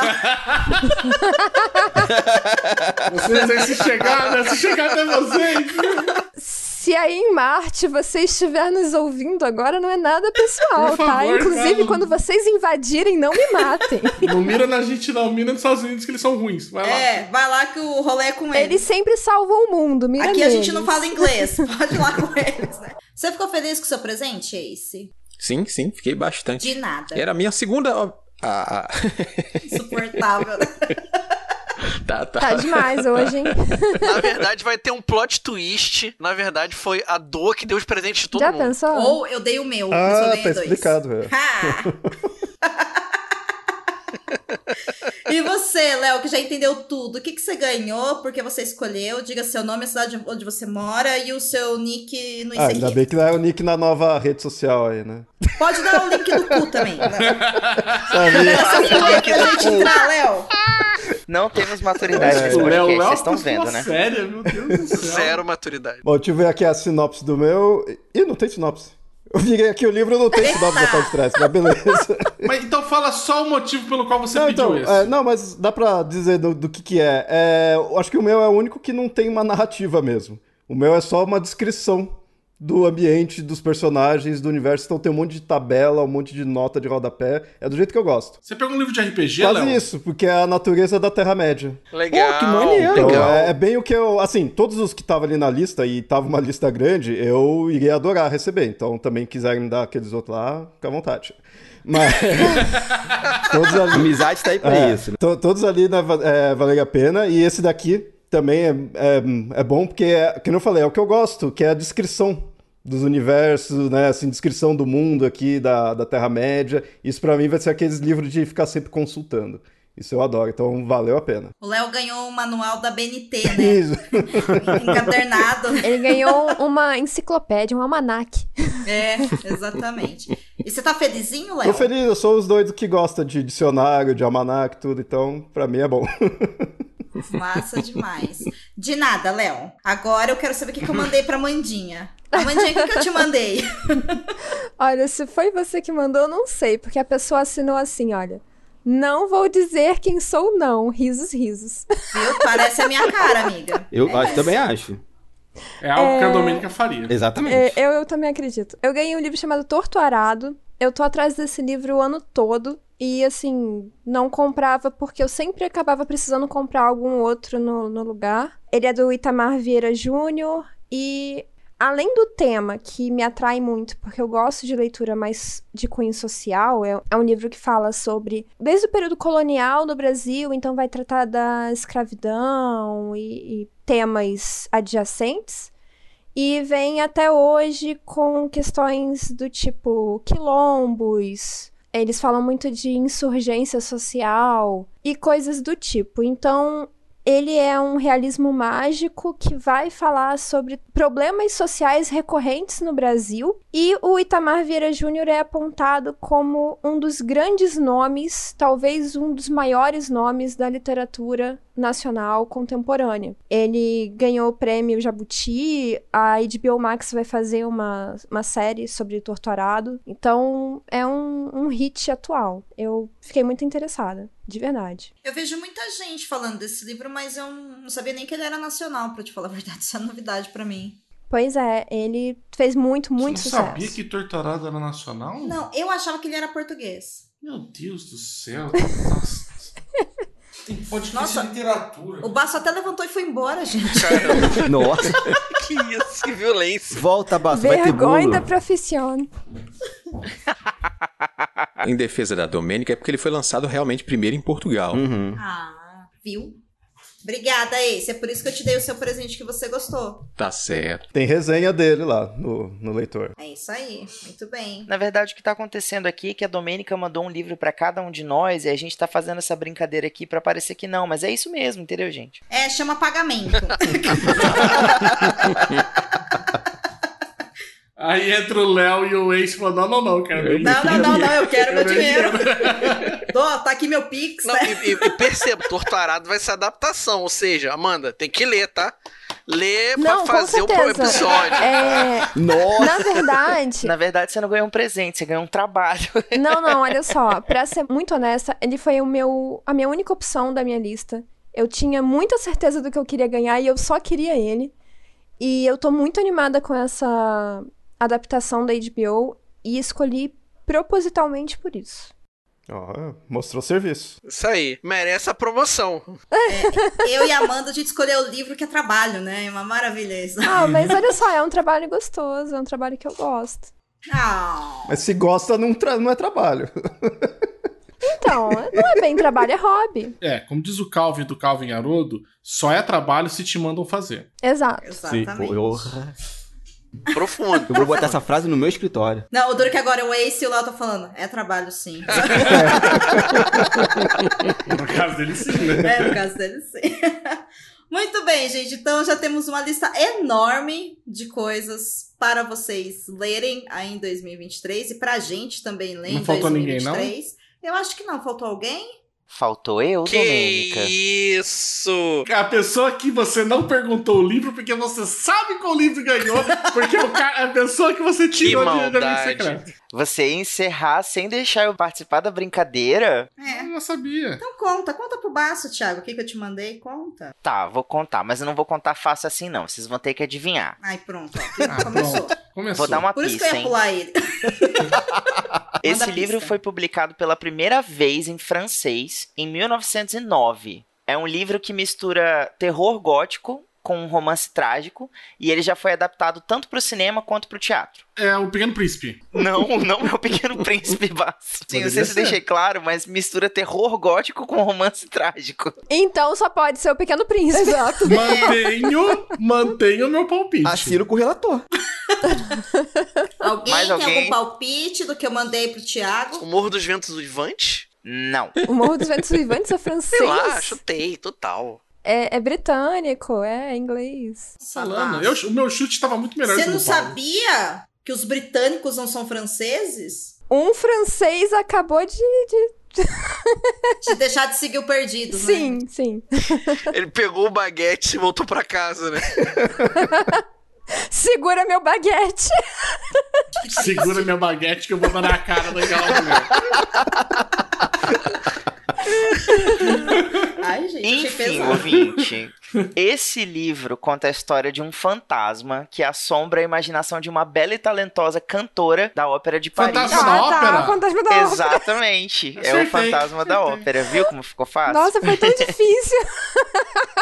[SPEAKER 5] Vocês aí se chegar, né? Se chegar até vocês.
[SPEAKER 3] Se aí em Marte você estiver nos ouvindo agora, não é nada pessoal,
[SPEAKER 5] Por favor,
[SPEAKER 3] tá? Inclusive,
[SPEAKER 5] não.
[SPEAKER 3] quando vocês invadirem, não me matem.
[SPEAKER 5] Não mira na gente, não. Mira nos Estados Unidos que eles são ruins. Vai lá.
[SPEAKER 2] É, vai lá que o rolê é com
[SPEAKER 3] Eles sempre salvam o mundo, mira
[SPEAKER 2] Aqui a gente
[SPEAKER 3] neles.
[SPEAKER 2] não fala inglês. Pode ir lá com eles, né? Você ficou feliz com o seu presente, Ace?
[SPEAKER 8] Sim, sim, fiquei bastante.
[SPEAKER 2] De nada.
[SPEAKER 8] Era a minha segunda. ó, a- a-
[SPEAKER 2] Insuportável. né?
[SPEAKER 8] tá, tá.
[SPEAKER 3] Tá demais hoje, hein?
[SPEAKER 4] Na verdade, vai ter um plot twist. Na verdade, foi a dor que deu os presentes de todo
[SPEAKER 3] Já
[SPEAKER 4] mundo.
[SPEAKER 3] pensou?
[SPEAKER 2] Ou eu dei o meu, mas eu
[SPEAKER 7] Ah,
[SPEAKER 2] dei
[SPEAKER 7] tá
[SPEAKER 2] dois.
[SPEAKER 7] explicado, velho.
[SPEAKER 2] Ha! e você, Léo, que já entendeu tudo, o que, que você ganhou, porque você escolheu? Diga seu nome, a cidade onde você mora e o seu nick no
[SPEAKER 7] Ah, ainda
[SPEAKER 2] ICQ.
[SPEAKER 7] bem que não é o nick na nova rede social aí, né?
[SPEAKER 2] Pode dar o link do cu também. Né?
[SPEAKER 7] Sabe?
[SPEAKER 2] Essa porra
[SPEAKER 7] tá
[SPEAKER 2] é pra gente entrar, Léo.
[SPEAKER 9] Não temos maturidade nesse
[SPEAKER 5] É, O
[SPEAKER 9] podcast,
[SPEAKER 5] Léo, Léo, tá
[SPEAKER 9] vocês estão
[SPEAKER 5] pessoa
[SPEAKER 9] vendo, né?
[SPEAKER 5] Séria, meu Deus do céu.
[SPEAKER 4] Zero maturidade.
[SPEAKER 7] Bom, deixa eu ver aqui a sinopse do meu. Ih, não tem sinopse. Eu virei aqui o livro, não tem sinopse da parte de trás, mas beleza.
[SPEAKER 5] Mas então fala só o motivo pelo qual você
[SPEAKER 7] Não,
[SPEAKER 5] pediu
[SPEAKER 7] então,
[SPEAKER 5] esse.
[SPEAKER 7] é, não, mas dá pra dizer do, do que que é. É, eu Acho que o meu é o único que não tem uma narrativa mesmo. O meu é só uma descrição do ambiente, dos personagens, do universo. Então tem um monte de tabela, um monte de nota de rodapé. É do jeito que eu gosto.
[SPEAKER 5] Você pega um livro de RPG,
[SPEAKER 7] Quase
[SPEAKER 5] Léo?
[SPEAKER 7] isso, porque é a natureza da Terra-média.
[SPEAKER 4] Legal.
[SPEAKER 8] que maneiro,
[SPEAKER 7] Então,
[SPEAKER 8] Legal.
[SPEAKER 7] é, é bem o que eu. Assim, todos os que estavam ali na lista, e tava uma lista grande, eu iria adorar receber. Então, também quiserem me dar aqueles outros lá, fica à vontade. Mas. todos
[SPEAKER 6] A
[SPEAKER 7] ali.
[SPEAKER 6] amizade tá aí pra
[SPEAKER 7] É,
[SPEAKER 6] isso. né?
[SPEAKER 7] to- todos ali né, va- é, valeram a pena. E esse daqui também é, é, é bom, porque, é, como eu falei, é o que eu gosto, que é a descrição dos universos, né? Assim, descrição do mundo aqui, da, da Terra-média. Isso pra mim vai ser aqueles livros de ficar sempre consultando. Isso eu adoro, então valeu a pena.
[SPEAKER 2] O Léo ganhou o manual da BNT,
[SPEAKER 3] É,
[SPEAKER 2] né?
[SPEAKER 7] Isso.
[SPEAKER 2] Encadernado.
[SPEAKER 3] Ele ganhou um, uma enciclopédia, um almanac.
[SPEAKER 2] É, exatamente. E você tá felizinho,
[SPEAKER 7] Tô
[SPEAKER 2] Léo?
[SPEAKER 7] feliz, eu sou os doidos que gostam de dicionário, de almanac, tudo, então pra mim é bom.
[SPEAKER 2] Massa demais. De nada, Léo. Agora eu quero saber o que, que eu mandei pra Mandinha. A mandinha que eu te mandei.
[SPEAKER 3] Olha, se foi você que mandou, eu não sei, porque a pessoa assinou assim, olha. Não vou dizer quem sou, não. Risos, risos.
[SPEAKER 2] Viu? Parece a minha cara, amiga.
[SPEAKER 6] Eu acho, também acho.
[SPEAKER 5] É algo que a Domênica faria.
[SPEAKER 6] Exatamente.
[SPEAKER 3] É, eu, eu também acredito. Eu ganhei um livro chamado Torto Arado. Eu tô atrás desse livro o ano todo. E, assim, não comprava porque eu sempre acabava precisando comprar algum outro no, no lugar. Ele é do Itamar Vieira Júnior. E, além do tema, que me atrai muito, porque eu gosto de leitura mais de cunho social, é, é um livro que fala sobre. Desde o período colonial no Brasil, então vai tratar da escravidão e- e temas adjacentes e vem até hoje com questões do tipo quilombos. Eles falam muito de insurgência social e coisas do tipo. Então, ele é um realismo mágico que vai falar sobre problemas sociais recorrentes no Brasil. E o Itamar Vieira Júnior é apontado como um dos grandes nomes, talvez um dos maiores nomes da literatura nacional contemporânea. Ele ganhou o prêmio Jabuti, a HBO Max vai fazer uma, uma série sobre Torturado. Então é um, um hit atual. Eu fiquei muito interessada, de verdade.
[SPEAKER 2] Eu vejo muita gente falando desse livro, mas eu não sabia nem que ele era nacional, pra te falar a verdade. Isso é novidade pra mim.
[SPEAKER 3] Pois é, ele fez muito, muito
[SPEAKER 5] Você
[SPEAKER 3] sucesso.
[SPEAKER 5] não sabia que Torturado era nacional?
[SPEAKER 2] Não, eu achava que ele era português.
[SPEAKER 5] Meu Deus do céu. Nossa. Tem podcast
[SPEAKER 2] Nossa.
[SPEAKER 5] de literatura.
[SPEAKER 2] O Baço até levantou e foi embora, gente.
[SPEAKER 4] Caramba,
[SPEAKER 3] é.
[SPEAKER 6] Nossa,
[SPEAKER 4] que isso, que violência.
[SPEAKER 6] volta, Basso, vai ter
[SPEAKER 3] Vergonha
[SPEAKER 6] bolo.
[SPEAKER 3] da profissão.
[SPEAKER 8] Em defesa da Domênica, é porque ele foi lançado realmente primeiro em
[SPEAKER 9] Hum.
[SPEAKER 8] Portugal.
[SPEAKER 6] Uhum.
[SPEAKER 2] Ah, viu? Obrigada, Ace. É por isso que eu te dei o seu presente que você gostou.
[SPEAKER 8] Tá certo.
[SPEAKER 7] Tem resenha dele lá no, no leitor.
[SPEAKER 2] É isso aí. Muito bem.
[SPEAKER 9] Na verdade, o que tá acontecendo aqui é que a Domênica mandou um livro pra cada um de nós e a gente tá fazendo essa brincadeira aqui pra parecer que não, mas é isso mesmo, entendeu, gente?
[SPEAKER 2] É, chama pagamento.
[SPEAKER 5] Aí entra o Léo e o Ace falando: não, não, não, cara. nem-
[SPEAKER 2] não, não, não, não. Eu quero meu
[SPEAKER 5] Eu
[SPEAKER 2] dinheiro. Dó, tá aqui meu Pix,
[SPEAKER 4] Não,
[SPEAKER 2] né?
[SPEAKER 4] e, e- e perceba, Torturado vai ser adaptação, ou seja, Amanda, tem que ler, tá? Ler pra
[SPEAKER 3] Não, com
[SPEAKER 4] fazer o
[SPEAKER 3] certeza.
[SPEAKER 4] episódio.
[SPEAKER 3] É,
[SPEAKER 6] Nossa,
[SPEAKER 3] na verdade,
[SPEAKER 9] Na verdade, você não ganhou um presente, você ganhou um trabalho.
[SPEAKER 3] Não, não, olha só. Pra ser muito honesta, ele foi o meu, a minha única opção da minha lista. Eu tinha muita certeza do que eu queria ganhar e eu só queria ele. E eu tô muito animada com essa adaptação da HBO e escolhi propositalmente por isso.
[SPEAKER 7] Ó, mostrou serviço.
[SPEAKER 4] Isso aí, merece a promoção.
[SPEAKER 2] Eu e a Amanda, a gente escolheu o livro que é trabalho, né? É uma maravilha isso.
[SPEAKER 3] Ah, mas olha só, é um trabalho gostoso, é um trabalho que eu gosto.
[SPEAKER 2] Ah.
[SPEAKER 7] Mas se gosta, não, tra- não é trabalho.
[SPEAKER 3] Então, não é bem trabalho, é hobby.
[SPEAKER 5] É, como diz o Calvin do Calvin Haroldo, só é trabalho se te mandam fazer.
[SPEAKER 3] Exato.
[SPEAKER 6] Sim,
[SPEAKER 2] Exatamente.
[SPEAKER 6] porra.
[SPEAKER 4] Profundo.
[SPEAKER 6] Eu vou botar essa frase no meu escritório.
[SPEAKER 2] Não, o duro é que agora o Ace e o Léo tá falando. É trabalho, sim.
[SPEAKER 5] No caso dele, sim, né?
[SPEAKER 2] É, no caso dele, sim. Muito bem, gente. Então já temos uma lista enorme de coisas para vocês lerem aí em 2023 e pra gente também ler
[SPEAKER 5] Não
[SPEAKER 2] em
[SPEAKER 5] faltou ninguém,
[SPEAKER 2] 2023. Eu acho que não. Faltou alguém?
[SPEAKER 9] Faltou eu,
[SPEAKER 4] Que
[SPEAKER 9] Domênica.
[SPEAKER 4] isso!
[SPEAKER 5] A pessoa que você não perguntou o livro porque você sabe qual livro ganhou, porque o cara, a pessoa que você tirou de de amigo
[SPEAKER 4] maldade.
[SPEAKER 5] secreto.
[SPEAKER 9] Você ia encerrar sem deixar eu participar da brincadeira?
[SPEAKER 5] Eu
[SPEAKER 2] É.
[SPEAKER 5] não sabia.
[SPEAKER 2] Então conta. Conta pro baço, Thiago. O que, que eu te mandei? Conta.
[SPEAKER 9] Tá, vou contar, mas eu não vou contar fácil assim, não. Vocês vão ter que adivinhar.
[SPEAKER 2] Ai, pronto.
[SPEAKER 5] Ah,
[SPEAKER 2] ó. Começou.
[SPEAKER 5] pronto. Começou.
[SPEAKER 9] Vou dar uma
[SPEAKER 2] Por isso que
[SPEAKER 9] pista,
[SPEAKER 2] eu ia
[SPEAKER 9] hein?
[SPEAKER 2] pular ele.
[SPEAKER 9] Esse
[SPEAKER 2] Manda a
[SPEAKER 9] livro
[SPEAKER 2] pista.
[SPEAKER 9] foi publicado pela primeira vez em francês em 1909. É um livro que mistura terror gótico com um romance trágico e ele já foi adaptado tanto para o cinema quanto para o teatro.
[SPEAKER 5] É o Pequeno Príncipe.
[SPEAKER 9] Não, não é o Pequeno Príncipe Basso. Sim, não sei se
[SPEAKER 5] Poderia ser.
[SPEAKER 9] deixei claro, mas mistura terror gótico com romance trágico.
[SPEAKER 3] Então só pode ser o Pequeno Príncipe. Exato.
[SPEAKER 5] Mantenho, mantenho meu palpite.
[SPEAKER 6] Assino com o relator.
[SPEAKER 2] Alguém
[SPEAKER 9] Mais
[SPEAKER 2] tem
[SPEAKER 9] alguém?
[SPEAKER 2] algum palpite do que eu mandei pro
[SPEAKER 4] O
[SPEAKER 2] Thiago?
[SPEAKER 4] Morro dos Ventos Uivantes?
[SPEAKER 9] Não.
[SPEAKER 3] O Morro dos Ventos Vivantes é francês.
[SPEAKER 4] Sei lá, chutei, total.
[SPEAKER 3] É, é britânico, é inglês.
[SPEAKER 5] Falando, eu- o meu chute estava muito melhor
[SPEAKER 2] Ah. Você
[SPEAKER 5] que o
[SPEAKER 2] não
[SPEAKER 5] do Paulo.
[SPEAKER 2] sabia que os britânicos não são franceses?
[SPEAKER 3] Um francês acabou de. de-
[SPEAKER 2] De deixar de seguir o perdido, né?
[SPEAKER 3] Sim, sim.
[SPEAKER 4] Ele pegou o baguete e voltou pra casa, né?
[SPEAKER 3] Segura meu baguete.
[SPEAKER 2] assim.
[SPEAKER 5] Segura minha baguete que eu vou dar na cara daquela mulher.
[SPEAKER 2] Ai, gente, achei
[SPEAKER 9] Enfim,
[SPEAKER 2] pesado.
[SPEAKER 9] ouvinte, esse livro conta a história de um fantasma que assombra a imaginação de uma bela e talentosa cantora da Ópera de Paris.
[SPEAKER 5] Fantasma da ópera?
[SPEAKER 3] tá. Fantasma da ópera.
[SPEAKER 9] Exatamente, é
[SPEAKER 5] Acertei,
[SPEAKER 9] o fantasma da
[SPEAKER 5] acertei.
[SPEAKER 9] ópera, viu como ficou fácil?
[SPEAKER 3] Nossa, foi tão difícil.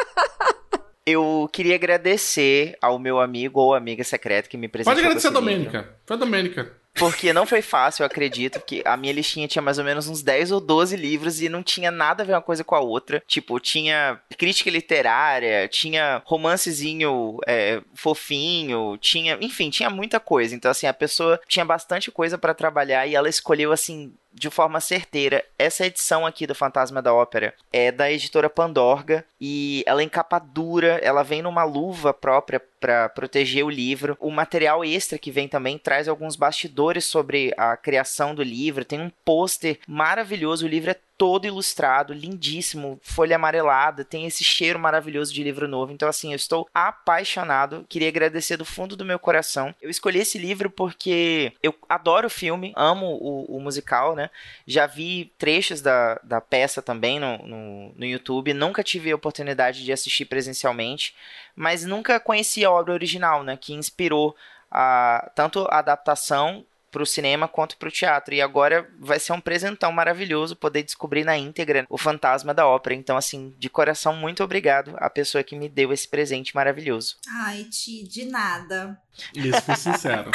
[SPEAKER 9] Eu queria agradecer ao meu amigo ou amiga secreta que me presenteou.
[SPEAKER 5] Pode agradecer a
[SPEAKER 9] com esse livro.
[SPEAKER 5] Domênica. Foi a Domênica.
[SPEAKER 9] Porque não foi fácil, eu acredito, porque a minha listinha tinha mais ou menos uns 10 ou 12 livros e não tinha nada a ver uma coisa com a outra. Tipo, tinha crítica literária, tinha romancezinho é, fofinho, tinha. Enfim, tinha muita coisa. Então, assim, a pessoa tinha bastante coisa pra trabalhar e ela escolheu, assim. De forma certeira, essa edição aqui do Fantasma da Ópera é da editora Pandorga e ela é em capa dura, ela vem numa luva própria para proteger o livro. O material extra que vem também traz alguns bastidores sobre a criação do livro, tem um pôster maravilhoso, o livro é todo ilustrado, lindíssimo, folha amarelada, tem esse cheiro maravilhoso de livro novo. Então assim, eu estou apaixonado, queria agradecer do fundo do meu coração. Eu escolhi esse livro porque eu adoro o filme, amo o, o musical, né? Já vi trechos da, da peça também no, no, no YouTube. Nunca tive a oportunidade de assistir presencialmente, mas nunca conheci a obra original, né? Que inspirou a, tanto a adaptação para o cinema quanto para o teatro. E agora vai ser um presentão maravilhoso poder descobrir na íntegra o fantasma da ópera. Então, assim, de coração, muito obrigado à pessoa que me deu esse presente maravilhoso.
[SPEAKER 2] Ai, Ti, de nada.
[SPEAKER 5] Isso foi sincero.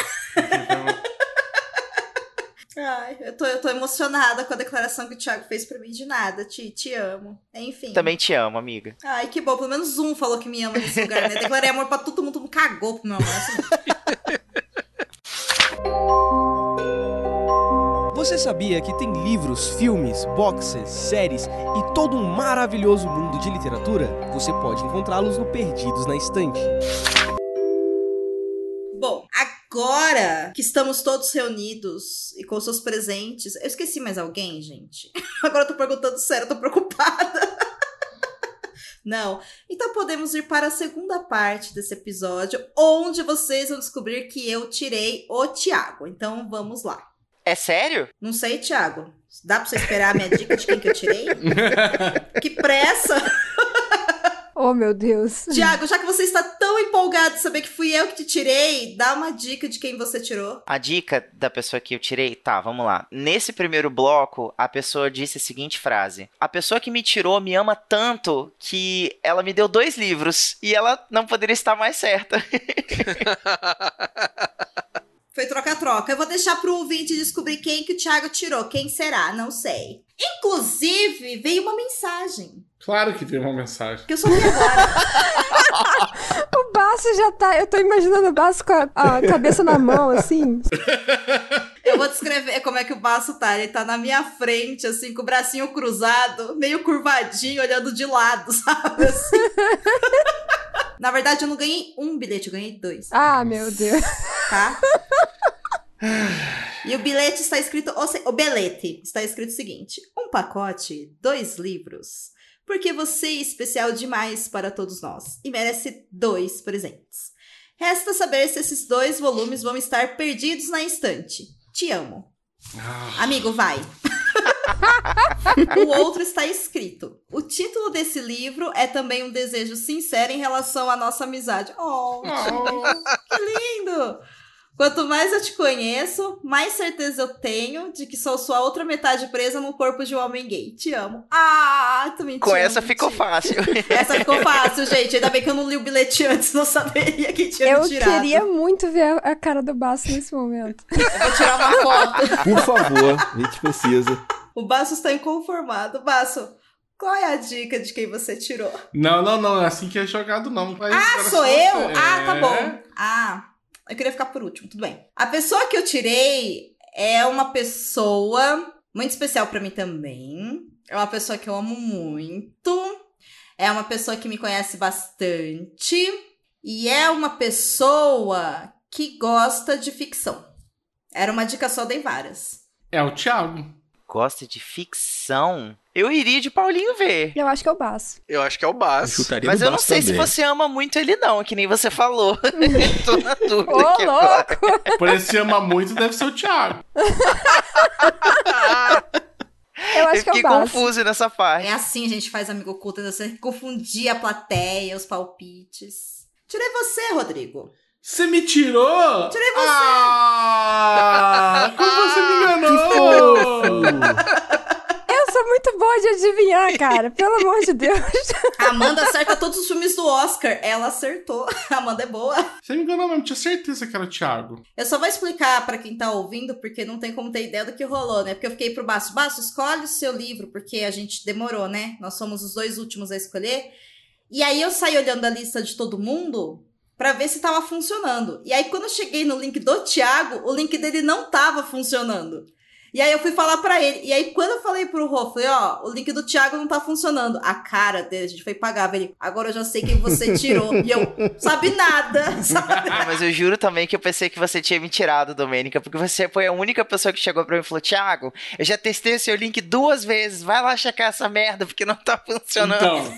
[SPEAKER 2] Ai, eu tô, eu tô emocionada com a declaração que o Thiago fez pra mim. De nada, Ti, te amo. Enfim.
[SPEAKER 9] Também te amo, amiga.
[SPEAKER 2] Ai, que bom. Pelo menos um falou que me ama nesse lugar, né? Declarei amor pra todo mundo, todo mundo cagou pro meu amor. Assim,
[SPEAKER 10] Você sabia que tem livros, filmes, boxes, séries e todo um maravilhoso mundo de literatura? Você pode encontrá-los no Perdidos na Estante.
[SPEAKER 2] Bom, agora que estamos todos reunidos e com seus presentes. Eu esqueci mais alguém, gente? Agora eu tô perguntando sério, eu tô preocupada. Não. Então podemos ir para a segunda parte desse episódio, onde vocês vão descobrir que eu tirei o Tiago. Então vamos lá.
[SPEAKER 9] É sério?
[SPEAKER 2] Não sei, Tiago. Dá pra você esperar a minha dica de quem que eu tirei? que pressa!
[SPEAKER 3] Oh, meu Deus.
[SPEAKER 2] Tiago, já que você está tão empolgado de saber que fui eu que te tirei, dá uma dica de quem você tirou.
[SPEAKER 9] A dica da pessoa que eu tirei, tá, vamos lá. Nesse primeiro bloco, a pessoa disse a seguinte frase: A pessoa que me tirou me ama tanto que ela me deu dois livros e ela não poderia estar mais certa.
[SPEAKER 2] Foi troca-troca. Eu vou deixar pro ouvinte descobrir quem que o Thiago tirou. Quem será? Não sei. Inclusive, veio uma mensagem.
[SPEAKER 5] Claro que veio uma mensagem.
[SPEAKER 2] Que eu só vi agora.
[SPEAKER 3] O Basso já tá. Eu tô imaginando o Basso com a, a cabeça na mão, assim.
[SPEAKER 2] Eu vou descrever como é que o Baço tá. Ele tá na minha frente, assim, com o bracinho cruzado, meio curvadinho, olhando de lado, sabe? Assim. na verdade, eu não ganhei um bilhete, eu ganhei dois,
[SPEAKER 3] Ah, meu Deus.
[SPEAKER 2] tá? E o bilhete está escrito. ou se- O bilhete está escrito o seguinte: um pacote, dois livros. Porque você é especial demais para todos nós e merece dois presentes. Resta saber se esses dois volumes vão estar perdidos na estante. Te amo.
[SPEAKER 5] Ah,
[SPEAKER 2] Amigo, vai. o outro está escrito. O título desse livro é também um desejo sincero em relação à nossa amizade. Oh, que lindo! Quanto mais eu te conheço, mais certeza eu tenho de que sou sua outra metade presa no corpo de um homem gay. Te amo. Ah, tu mentindo.
[SPEAKER 9] Com essa ficou fácil.
[SPEAKER 2] Essa ficou fácil, gente. Ainda bem que eu não li o bilhete antes, não saberia que tinha
[SPEAKER 3] Eu
[SPEAKER 2] me tirado.
[SPEAKER 3] queria muito ver a, a cara do Basso nesse momento.
[SPEAKER 2] Eu vou tirar uma foto.
[SPEAKER 6] Por favor, a gente precisa.
[SPEAKER 2] O Basso está inconformado. Basso, qual é a dica de quem você tirou?
[SPEAKER 5] Não, não, não. é Assim que é jogado, não.
[SPEAKER 2] Ah, sou eu? Ah, tá
[SPEAKER 5] É,
[SPEAKER 2] bom. Ah, eu queria ficar por último, tudo bem. A pessoa que eu tirei é uma pessoa muito especial pra mim também. É uma pessoa que eu amo muito. É uma pessoa que me conhece bastante. E é uma pessoa que gosta de ficção. Era uma dica só, dei várias.
[SPEAKER 5] É o Thiago.
[SPEAKER 9] gosta de ficção, eu iria de Paulinho ver.
[SPEAKER 3] Eu acho que eu passo.
[SPEAKER 4] Eu acho que é o Basso.
[SPEAKER 8] Chutaria
[SPEAKER 9] Mas
[SPEAKER 8] no
[SPEAKER 9] eu não
[SPEAKER 8] braço
[SPEAKER 9] sei se
[SPEAKER 8] também.
[SPEAKER 9] você ama muito ele não, que nem você falou. Tô na
[SPEAKER 3] Ô,
[SPEAKER 9] dúvida aqui agora.
[SPEAKER 3] louco!
[SPEAKER 5] É Por esse ama muito, deve ser o Thiago.
[SPEAKER 3] Eu
[SPEAKER 9] Eu
[SPEAKER 3] acho que é
[SPEAKER 9] fiquei
[SPEAKER 3] eu passo.
[SPEAKER 9] confuso nessa parte.
[SPEAKER 2] É assim a gente faz amigo oculto, você confundir a plateia, os palpites. Tirei você, Rodrigo.
[SPEAKER 5] Você me tirou?
[SPEAKER 2] Tirei você.
[SPEAKER 5] Ah, como você me enganou?
[SPEAKER 3] Eu sou muito boa de adivinhar, cara. Pelo amor de Deus.
[SPEAKER 2] A Amanda acerta todos os filmes do Oscar. Ela acertou. A Amanda é boa.
[SPEAKER 5] Você me enganou mesmo, tinha certeza que era o Thiago.
[SPEAKER 2] Eu só vou explicar pra quem tá ouvindo, porque não tem como ter ideia do que rolou, né? Porque eu fiquei pro Baço. Baço, escolhe o seu livro, porque a gente demorou, né? Nós somos os dois últimos a escolher. E aí eu saí olhando a lista de todo mundo pra ver se tava funcionando. E aí quando eu cheguei no link do Thiago, o link dele não tava funcionando. E aí eu fui falar pra ele. E aí quando eu falei pro Rô, falei, ó, o link do Thiago não tá funcionando. A cara dele, a gente foi pagar, ele, agora eu já sei quem você tirou. e eu, sabe nada, sabe?
[SPEAKER 9] Ah, mas eu juro também que eu pensei que você tinha me tirado, Domênica, porque você foi a única pessoa que chegou pra mim e falou: Thiago, eu já testei o seu link duas vezes, vai lá checar essa merda, porque não tá funcionando.
[SPEAKER 5] Então.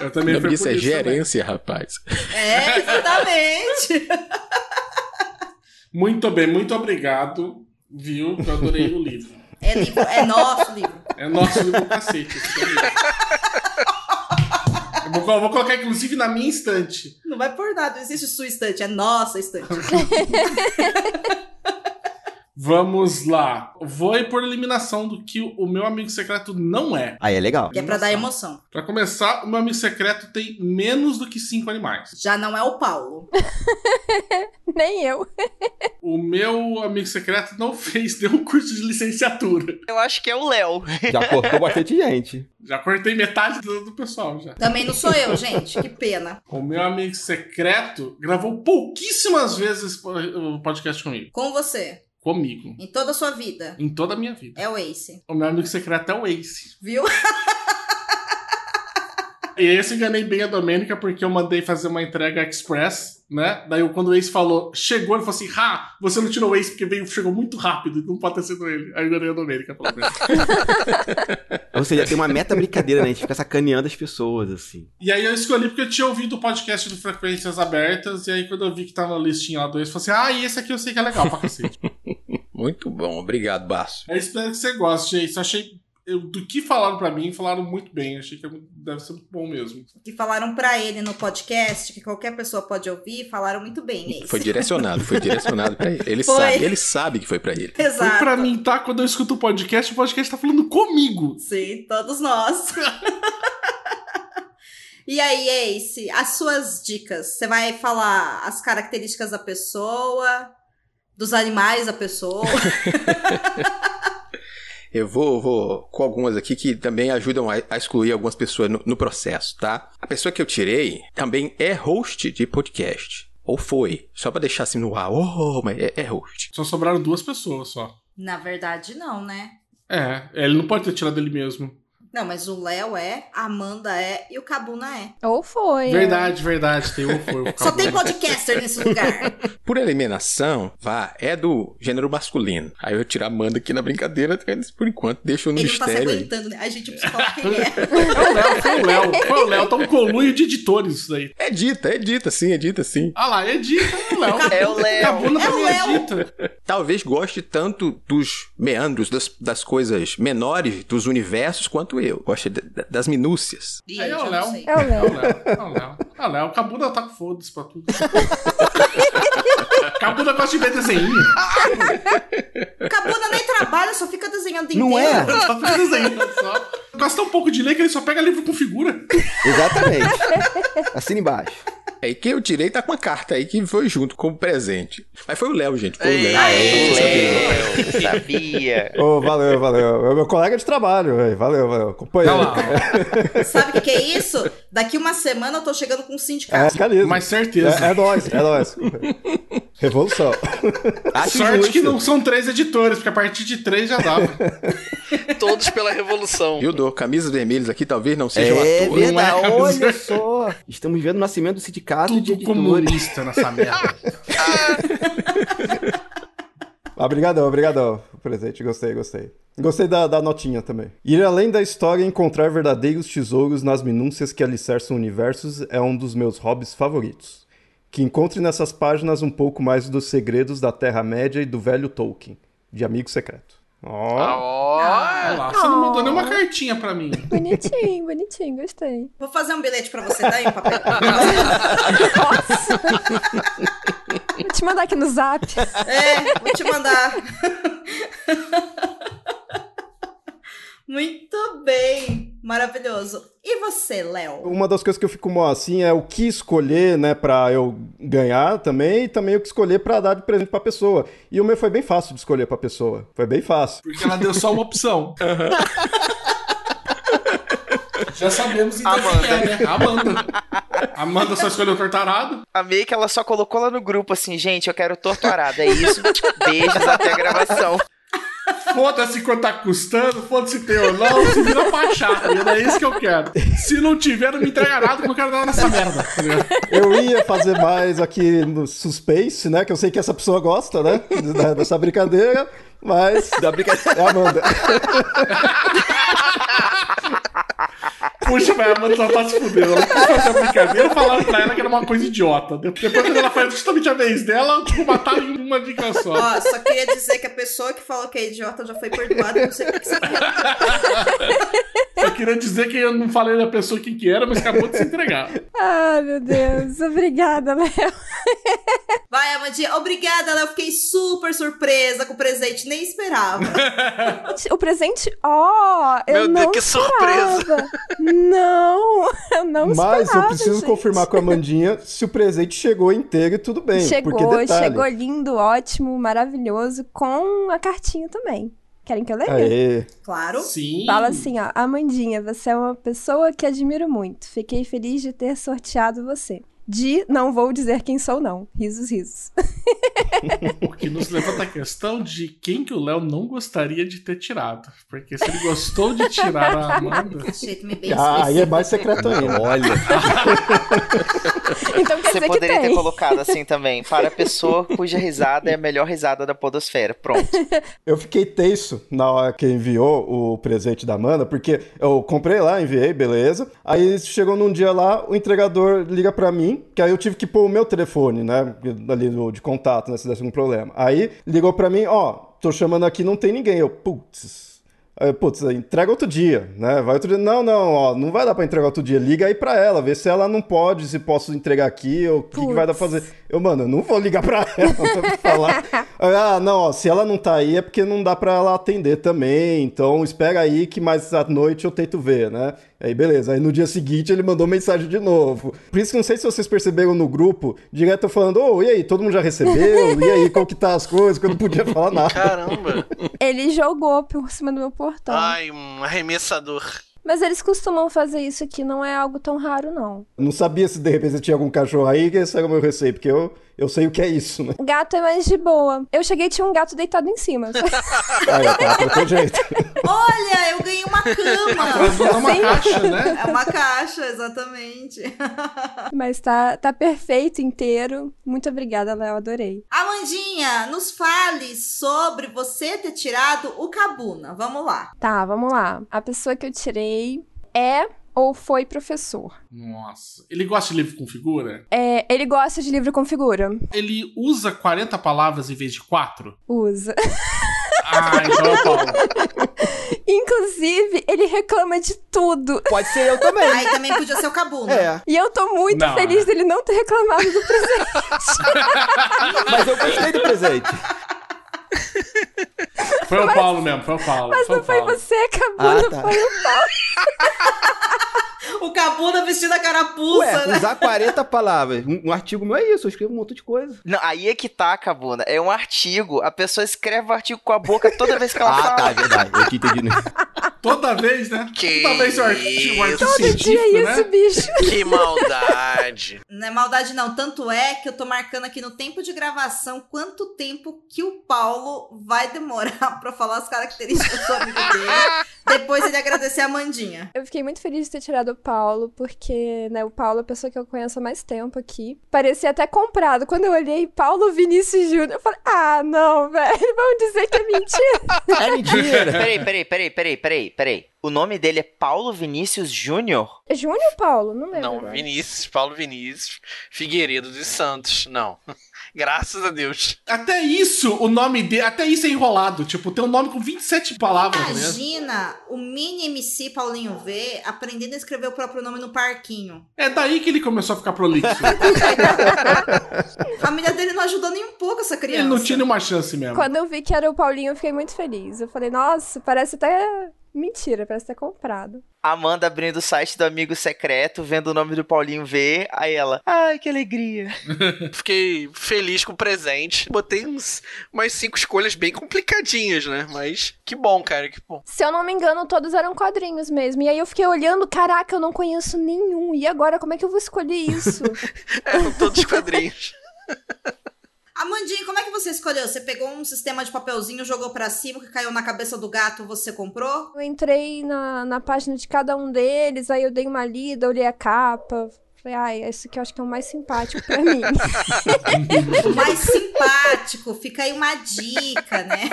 [SPEAKER 5] Eu
[SPEAKER 8] O
[SPEAKER 5] também
[SPEAKER 8] nome
[SPEAKER 5] fui
[SPEAKER 8] disso
[SPEAKER 5] por
[SPEAKER 8] é
[SPEAKER 5] isso também.
[SPEAKER 8] gerência, rapaz.
[SPEAKER 2] É, exatamente.
[SPEAKER 5] Muito bem, muito obrigado, viu? Eu adorei o livro.
[SPEAKER 2] É livro, é nosso livro.
[SPEAKER 5] É nosso livro do cacete. Esse que é o livro. Eu vou, col- vou colocar, inclusive, na minha estante.
[SPEAKER 2] Não vai por nada, não existe sua estante, é nossa estante.
[SPEAKER 5] Vamos lá. Vou ir por eliminação do que o meu amigo secreto não é.
[SPEAKER 6] Aí é legal.
[SPEAKER 2] Que é pra dar emoção.
[SPEAKER 5] Pra começar, o meu amigo secreto tem menos do que cinco animais.
[SPEAKER 2] Já não é o Paulo.
[SPEAKER 3] Nem eu.
[SPEAKER 5] O meu amigo secreto não fez nenhum curso de
[SPEAKER 8] Então-
[SPEAKER 5] licenciatura.
[SPEAKER 9] Eu acho que é o Léo.
[SPEAKER 6] Já cortou bastante gente.
[SPEAKER 5] Já cortei metade do, do pessoal já.
[SPEAKER 2] Também não sou eu, gente. Que pena.
[SPEAKER 5] O meu amigo secreto gravou pouquíssimas vezes po- o podcast comigo.
[SPEAKER 2] Com você,
[SPEAKER 5] Comigo.
[SPEAKER 2] em toda a sua vida,
[SPEAKER 5] Em toda a minha vida.
[SPEAKER 2] é o Ace.
[SPEAKER 5] O meu amigo secreto é o Ace.
[SPEAKER 2] Viu?
[SPEAKER 5] E esse eu enganei bem a Domênica porque eu mandei fazer uma entrega express, né? Daí eu- quando o Ace falou, chegou, ele falou assim: Ha, você não tirou o Ace porque veio, chegou muito rápido, não pode ter sido ele. Aí eu enganei a Domênica, pelo menos.
[SPEAKER 6] Ou seja, tem uma meta brincadeira, né? A gente fica sacaneando as pessoas, assim.
[SPEAKER 5] E aí eu escolhi porque eu tinha ouvido o podcast do Frequências Abertas, e aí quando eu vi que tava na listinha lá do Ace, eu falei assim, ah, e esse aqui eu sei que é legal pra cacete.
[SPEAKER 8] Muito bom, obrigado, Basso.
[SPEAKER 5] eu espero que você goste, gente. Eu achei... eu- do que falaram pra mim, falaram muito bem. Achei que é muito- deve ser muito bom mesmo.
[SPEAKER 2] Que falaram pra ele no podcast, que qualquer pessoa pode ouvir, falaram muito bem, Ace.
[SPEAKER 8] Foi direcionado, foi direcionado pra ele. Ele
[SPEAKER 2] Foi.
[SPEAKER 8] sabe, ele sabe que foi pra ele.
[SPEAKER 5] Foi
[SPEAKER 2] Exato.
[SPEAKER 5] pra mim, tá? Quando eu escuto o podcast, o podcast tá falando comigo.
[SPEAKER 2] Sim, todos nós. E aí, Ace, as suas dicas. Você vai falar as características da pessoa, dos animais da pessoa.
[SPEAKER 8] Eu vou, vou com algumas aqui que também ajudam a, a excluir algumas pessoas no, no processo, tá? A pessoa que eu tirei também é host de podcast. Ou foi. Só pra deixar assim no ar. Oh, mas é, é host.
[SPEAKER 5] Só sobraram duas pessoas só.
[SPEAKER 2] Na verdade, não, né?
[SPEAKER 5] É, ele não pode ter tirado ele mesmo.
[SPEAKER 2] Não, mas o Léo é, a Amanda é e o Cabuna é.
[SPEAKER 3] Ou foi.
[SPEAKER 5] Verdade, verdade. Tem um foi.
[SPEAKER 2] Só tem podcaster nesse lugar.
[SPEAKER 8] Por eliminação, vá, é do gênero masculino. Aí eu vou tirar a Amanda aqui na brincadeira, mas por enquanto, deixa no
[SPEAKER 2] Ele não tá se
[SPEAKER 8] mistério aí.
[SPEAKER 2] aguentando, né? A gente precisa falar quem é.
[SPEAKER 5] É o Léo, foi o Léo. Foi o Léo. Tá um coluio de editores isso daí.
[SPEAKER 8] É dita, é dita sim, é dita sim.
[SPEAKER 5] Ah lá, edita, é o Léo.
[SPEAKER 9] É o Léo.
[SPEAKER 5] Cabuna
[SPEAKER 2] É o
[SPEAKER 5] também
[SPEAKER 2] Léo.
[SPEAKER 5] edita.
[SPEAKER 8] Talvez goste tanto dos meandros, das, das coisas menores dos universos, quanto eu. Gosta da- da- das minúcias.
[SPEAKER 2] Ih,
[SPEAKER 5] Aí é
[SPEAKER 2] gente,
[SPEAKER 5] o
[SPEAKER 2] eu
[SPEAKER 5] Léo.
[SPEAKER 2] não sei.
[SPEAKER 3] É o
[SPEAKER 5] É o
[SPEAKER 3] Léo.
[SPEAKER 5] Léo, é o Léo. É o Léo. Cabuna tá com foda-se pra tudo. Cabuna gosta de ver desenho.
[SPEAKER 2] O Cabuna nem trabalha, só fica desenhando o
[SPEAKER 6] Não
[SPEAKER 2] inteiro.
[SPEAKER 6] é?
[SPEAKER 5] Só fica desenho. Só. Gosta tão pouco de ler que ele só pega livro com figura.
[SPEAKER 6] Exatamente. Assina embaixo.
[SPEAKER 8] Aí quem eu tirei tá com uma carta aí que foi junto como presente. Mas foi o Léo, gente. Foi o Léo.
[SPEAKER 9] Aê,
[SPEAKER 8] É, Eu
[SPEAKER 9] Léo,
[SPEAKER 8] sabia.
[SPEAKER 9] sabia.
[SPEAKER 7] Ô, valeu, valeu. É meu colega de trabalho, velho. Valeu, valeu. Companheiro.
[SPEAKER 2] Sabe o que, que é isso? Daqui uma semana eu tô chegando com um
[SPEAKER 7] É,
[SPEAKER 2] sindicato.
[SPEAKER 7] fiscalismo.
[SPEAKER 5] Mas certeza.
[SPEAKER 7] É, é nóis, é nóis. Revolução.
[SPEAKER 6] Acho
[SPEAKER 5] Sorte
[SPEAKER 6] justo.
[SPEAKER 5] que não são três editores, porque a partir de três já dava.
[SPEAKER 4] Todos pela revolução.
[SPEAKER 8] Eu dou camisas vermelhas aqui, talvez não seja o
[SPEAKER 6] É
[SPEAKER 8] ator.
[SPEAKER 6] verdade,
[SPEAKER 5] Não é?
[SPEAKER 6] olha só. Estamos vendo o nascimento do sindicato de
[SPEAKER 5] Tudo
[SPEAKER 6] editores.
[SPEAKER 5] comunista nessa merda.
[SPEAKER 7] A Obrigadão, obrigadão. O presente, gostei, gostei. Gostei da, da notinha também. Ir além da história e encontrar verdadeiros tesouros nas minúcias que alicerçam universos é um dos meus hobbies favoritos. Que encontre nessas páginas um pouco mais dos segredos da Terra-média e do velho Tolkien, de Amigo Secreto. Ó,
[SPEAKER 4] Ah, Ó,
[SPEAKER 5] Olha lá, você não mandou nenhuma cartinha pra mim.
[SPEAKER 3] Bonitinho, bonitinho, gostei.
[SPEAKER 2] Vou fazer um bilhete pra você, daí um papel.
[SPEAKER 3] Nossa! Vou te mandar aqui no zap.
[SPEAKER 2] É, vou te mandar. Muito bem, maravilhoso. E você, Léo?
[SPEAKER 7] Uma das coisas que eu fico mó assim é o que escolher, né, pra eu ganhar também, e também o que escolher pra dar de presente pra pessoa. E o meu foi bem fácil de escolher pra pessoa. Foi bem fácil.
[SPEAKER 5] Porque ela deu só uma opção. Já sabemos então
[SPEAKER 4] Amanda.
[SPEAKER 5] quem é, né? Amanda. Amanda só escolheu o tortarado.
[SPEAKER 9] Amei que ela só colocou lá no grupo assim, gente, eu quero torturada, é isso? Beijos até a gravação.
[SPEAKER 5] Foda-se quanto tá custando, foda-se tem ou não, se vira pra achar, tá ligado? É isso que eu quero. Se não tiver, não me entrega nada que eu quero dar nessa merda. tá ligado?
[SPEAKER 7] Eu ia fazer mais aqui no suspense, né? Que eu sei que essa pessoa gosta, né? da- Dessa brincadeira, mas. Da brincadeira. É a Amanda.
[SPEAKER 5] Puxa, velho, a Amanda só tá se fudendo. Ela quis fazer uma brincadeira falaram pra ela que era uma coisa idiota. De- Depois, quando ela faz justamente a vez dela, tipo, mataram em uma dica só.
[SPEAKER 2] Ó, só queria dizer que a pessoa que falou que é idiota já foi perdoada, não sei o que que você falou.
[SPEAKER 5] Eu queria dizer que eu não falei da pessoa quem que era, mas acabou de se entregar.
[SPEAKER 3] Ai, meu Deus. Obrigada, né? Léo.
[SPEAKER 2] Vai, Amandinha, obrigada, Léo. Fiquei super surpresa com o presente, nem esperava.
[SPEAKER 3] O presente, ó, eu
[SPEAKER 4] Meu Deus,
[SPEAKER 3] não
[SPEAKER 4] que
[SPEAKER 3] esperava.
[SPEAKER 4] surpresa.
[SPEAKER 3] Não, eu não
[SPEAKER 7] mas
[SPEAKER 3] esperava,
[SPEAKER 7] eu preciso
[SPEAKER 3] gente.
[SPEAKER 7] confirmar com a Amandinha se o presente chegou inteiro e tudo bem. porque
[SPEAKER 3] Chegou,
[SPEAKER 7] detalhe,
[SPEAKER 3] chegou lindo, ótimo, maravilhoso, com a cartinha também. Querem que eu leia?
[SPEAKER 7] Aê.
[SPEAKER 2] Claro.
[SPEAKER 5] Sim.
[SPEAKER 3] Fala assim, ó, Amandinha, você é uma pessoa que admiro muito. Fiquei feliz de ter sorteado você. De não vou dizer quem sou, não. Risos, risos.
[SPEAKER 5] O que nos levanta a questão de quem que o Léo não gostaria de ter tirado. Porque se ele gostou de tirar a Amanda.
[SPEAKER 2] Jeito me bem
[SPEAKER 7] Ah, aí é
[SPEAKER 2] específico.
[SPEAKER 7] mais secreto ainda.
[SPEAKER 6] Olha,
[SPEAKER 3] Então quer
[SPEAKER 9] Você
[SPEAKER 3] dizer que
[SPEAKER 9] poderia ter
[SPEAKER 3] tem.
[SPEAKER 9] colocado assim também, para a pessoa cuja risada é a melhor risada da podosfera. Pronto.
[SPEAKER 7] Eu fiquei tenso na hora que enviou o presente da Amanda, porque eu comprei lá, enviei, beleza. Aí chegou num dia lá, o entregador liga pra mim, que aí eu tive que pôr o meu telefone, né, ali do- de contato, né, se desse algum problema. Aí ligou pra mim, ó, tô chamando aqui, não tem ninguém. Eu, putz. Aí, Putz, entrega outro dia, né? Vai outro dia. Não, não, ó, não vai dar pra entregar outro dia. Liga aí pra ela, vê se ela não pode, se posso entregar aqui, ou o que, que vai dar pra fazer. Eu, mano, eu não vou ligar pra ela pra falar. Ah, não, ó, se ela não tá aí é porque não dá pra ela atender também. Então espera aí que mais à noite eu tento ver, né? Aí beleza. Aí no dia seguinte ele mandou mensagem de novo. Por isso que não sei se vocês perceberam no grupo, direto eu falando, ô, e aí, todo mundo já recebeu? E aí, como que tá as coisas? Que eu não podia falar
[SPEAKER 3] Então.
[SPEAKER 7] nada.
[SPEAKER 4] Caramba.
[SPEAKER 3] Ele jogou por cima do meu portão.
[SPEAKER 4] Ai, um arremessador.
[SPEAKER 3] Mas eles costumam fazer isso aqui, não é algo tão raro, não.
[SPEAKER 7] Não sabia se de repente tinha algum cachorro aí, que esse era o meu receio, porque eu, eu sei o que é isso, né?
[SPEAKER 3] Gato é mais de boa. Eu cheguei e tinha um gato deitado em cima.
[SPEAKER 7] Aí,
[SPEAKER 6] tá,
[SPEAKER 7] eu tava pra todo jeito.
[SPEAKER 2] Olha, eu ganhei uma
[SPEAKER 5] Mas
[SPEAKER 2] cama.
[SPEAKER 5] não é uma
[SPEAKER 3] assim,
[SPEAKER 5] caixa, né?
[SPEAKER 2] É uma caixa, exatamente.
[SPEAKER 3] Mas tá, tá perfeito, inteiro. Muito obrigada, Léo, adorei.
[SPEAKER 2] Amandinha, nos fale sobre você ter tirado o Cabuna. Vamos lá.
[SPEAKER 3] Tá, vamos lá. A pessoa que eu tirei é ou foi professor.
[SPEAKER 5] Nossa. Ele gosta de livro com figura?
[SPEAKER 3] É, ele gosta de livro com figura.
[SPEAKER 5] Ele usa 40 palavras em vez de 4?
[SPEAKER 3] Usa.
[SPEAKER 5] Ah, então é o Paulo.
[SPEAKER 3] Inclusive, ele reclama de tudo.
[SPEAKER 6] pode ser eu também.
[SPEAKER 2] Aí também podia ser o Cabuna.
[SPEAKER 6] É,
[SPEAKER 3] E eu tô muito
[SPEAKER 5] Não. né?
[SPEAKER 3] feliz dele não ter reclamado do presente.
[SPEAKER 6] mas eu gostei do presente.
[SPEAKER 5] Foi o Paulo mesmo, foi o Paulo.
[SPEAKER 3] Mas
[SPEAKER 5] foi o
[SPEAKER 3] não foi
[SPEAKER 5] Paulo.
[SPEAKER 3] você, acabou,
[SPEAKER 6] Ah,
[SPEAKER 3] não
[SPEAKER 6] tá.
[SPEAKER 3] foi eu.
[SPEAKER 2] O Cabuna vestido a carapuça,
[SPEAKER 6] Ué,
[SPEAKER 2] né?
[SPEAKER 6] usar 40 palavras. Um, um artigo meu é isso, eu escrevo um montão de coisa.
[SPEAKER 9] Não, aí é que tá, Cabuna. É um artigo. A pessoa escreve o artigo com a boca toda vez que ela
[SPEAKER 6] Ah,
[SPEAKER 9] fala.
[SPEAKER 6] tá, é verdade. Eu que entendi. né?
[SPEAKER 5] Toda vez, né?
[SPEAKER 4] Que
[SPEAKER 5] Toda vez o artigo, o artigo
[SPEAKER 3] Todo dia
[SPEAKER 5] científico,
[SPEAKER 3] é
[SPEAKER 5] né?
[SPEAKER 3] isso, bicho.
[SPEAKER 4] Que maldade.
[SPEAKER 2] Não é maldade, não. Tanto é que eu tô marcando aqui no tempo de gravação quanto tempo que o Paulo vai demorar pra falar as características do amigo dele. Depois ele agradecer a Mandinha.
[SPEAKER 3] Eu fiquei muito feliz de ter tirado o Paulo, porque, né, o Paulo é a pessoa que eu conheço há mais tempo aqui. Parecia até comprado. Quando eu olhei Paulo Vinícius Júnior, eu falei, ah, não, velho, vão dizer que é mentira.
[SPEAKER 9] É mentira. peraí, peraí, peraí, peraí, peraí, peraí. O nome dele é Paulo Vinícius Júnior?
[SPEAKER 3] É Júnior ou Paulo? Não lembro.
[SPEAKER 4] Não,
[SPEAKER 5] né?
[SPEAKER 3] agora.
[SPEAKER 4] Vinícius, Paulo Vinícius, Figueiredo dos Santos. Não. Graças a Deus.
[SPEAKER 5] Até isso, o nome dele. Até isso é enrolado. Tipo, tem um nome com 27 palavras né? mesmo.
[SPEAKER 2] Imagina o mini MC Paulinho V aprendendo a escrever o próprio nome no parquinho.
[SPEAKER 5] É daí que ele começou a ficar prolixo.
[SPEAKER 2] A família dele não ajudou nem um pouco essa criança.
[SPEAKER 5] ele não tinha nenhuma chance mesmo.
[SPEAKER 3] Quando eu vi que era o Paulinho, eu fiquei muito feliz. Eu falei, nossa, parece até mentira, parece até comprado.
[SPEAKER 9] Amanda abrindo o site do amigo secreto, vendo o nome do Paulinho V, aí ela, ai, que alegria.
[SPEAKER 4] Fiquei feliz com o presente. Botei uns, umas cinco escolhas bem complicadinhas, né? Mas que bom, cara, que bom.
[SPEAKER 3] Se eu não me engano, todos eram quadrinhos mesmo. E aí eu fiquei olhando, caraca, eu não conheço nenhum. E agora, como é que eu vou escolher isso?
[SPEAKER 4] Eram É, todos quadrinhos.
[SPEAKER 2] Amandinha, como é que você escolheu? Você pegou um sistema de papelzinho, jogou pra cima, que caiu na cabeça do gato, você comprou?
[SPEAKER 3] eu entrei na, na página de cada um deles, aí eu dei uma lida, olhei a capa. Falei, ai, esse aqui eu acho que é o mais simpático pra mim.
[SPEAKER 2] O mais simpático, fica aí uma dica, né?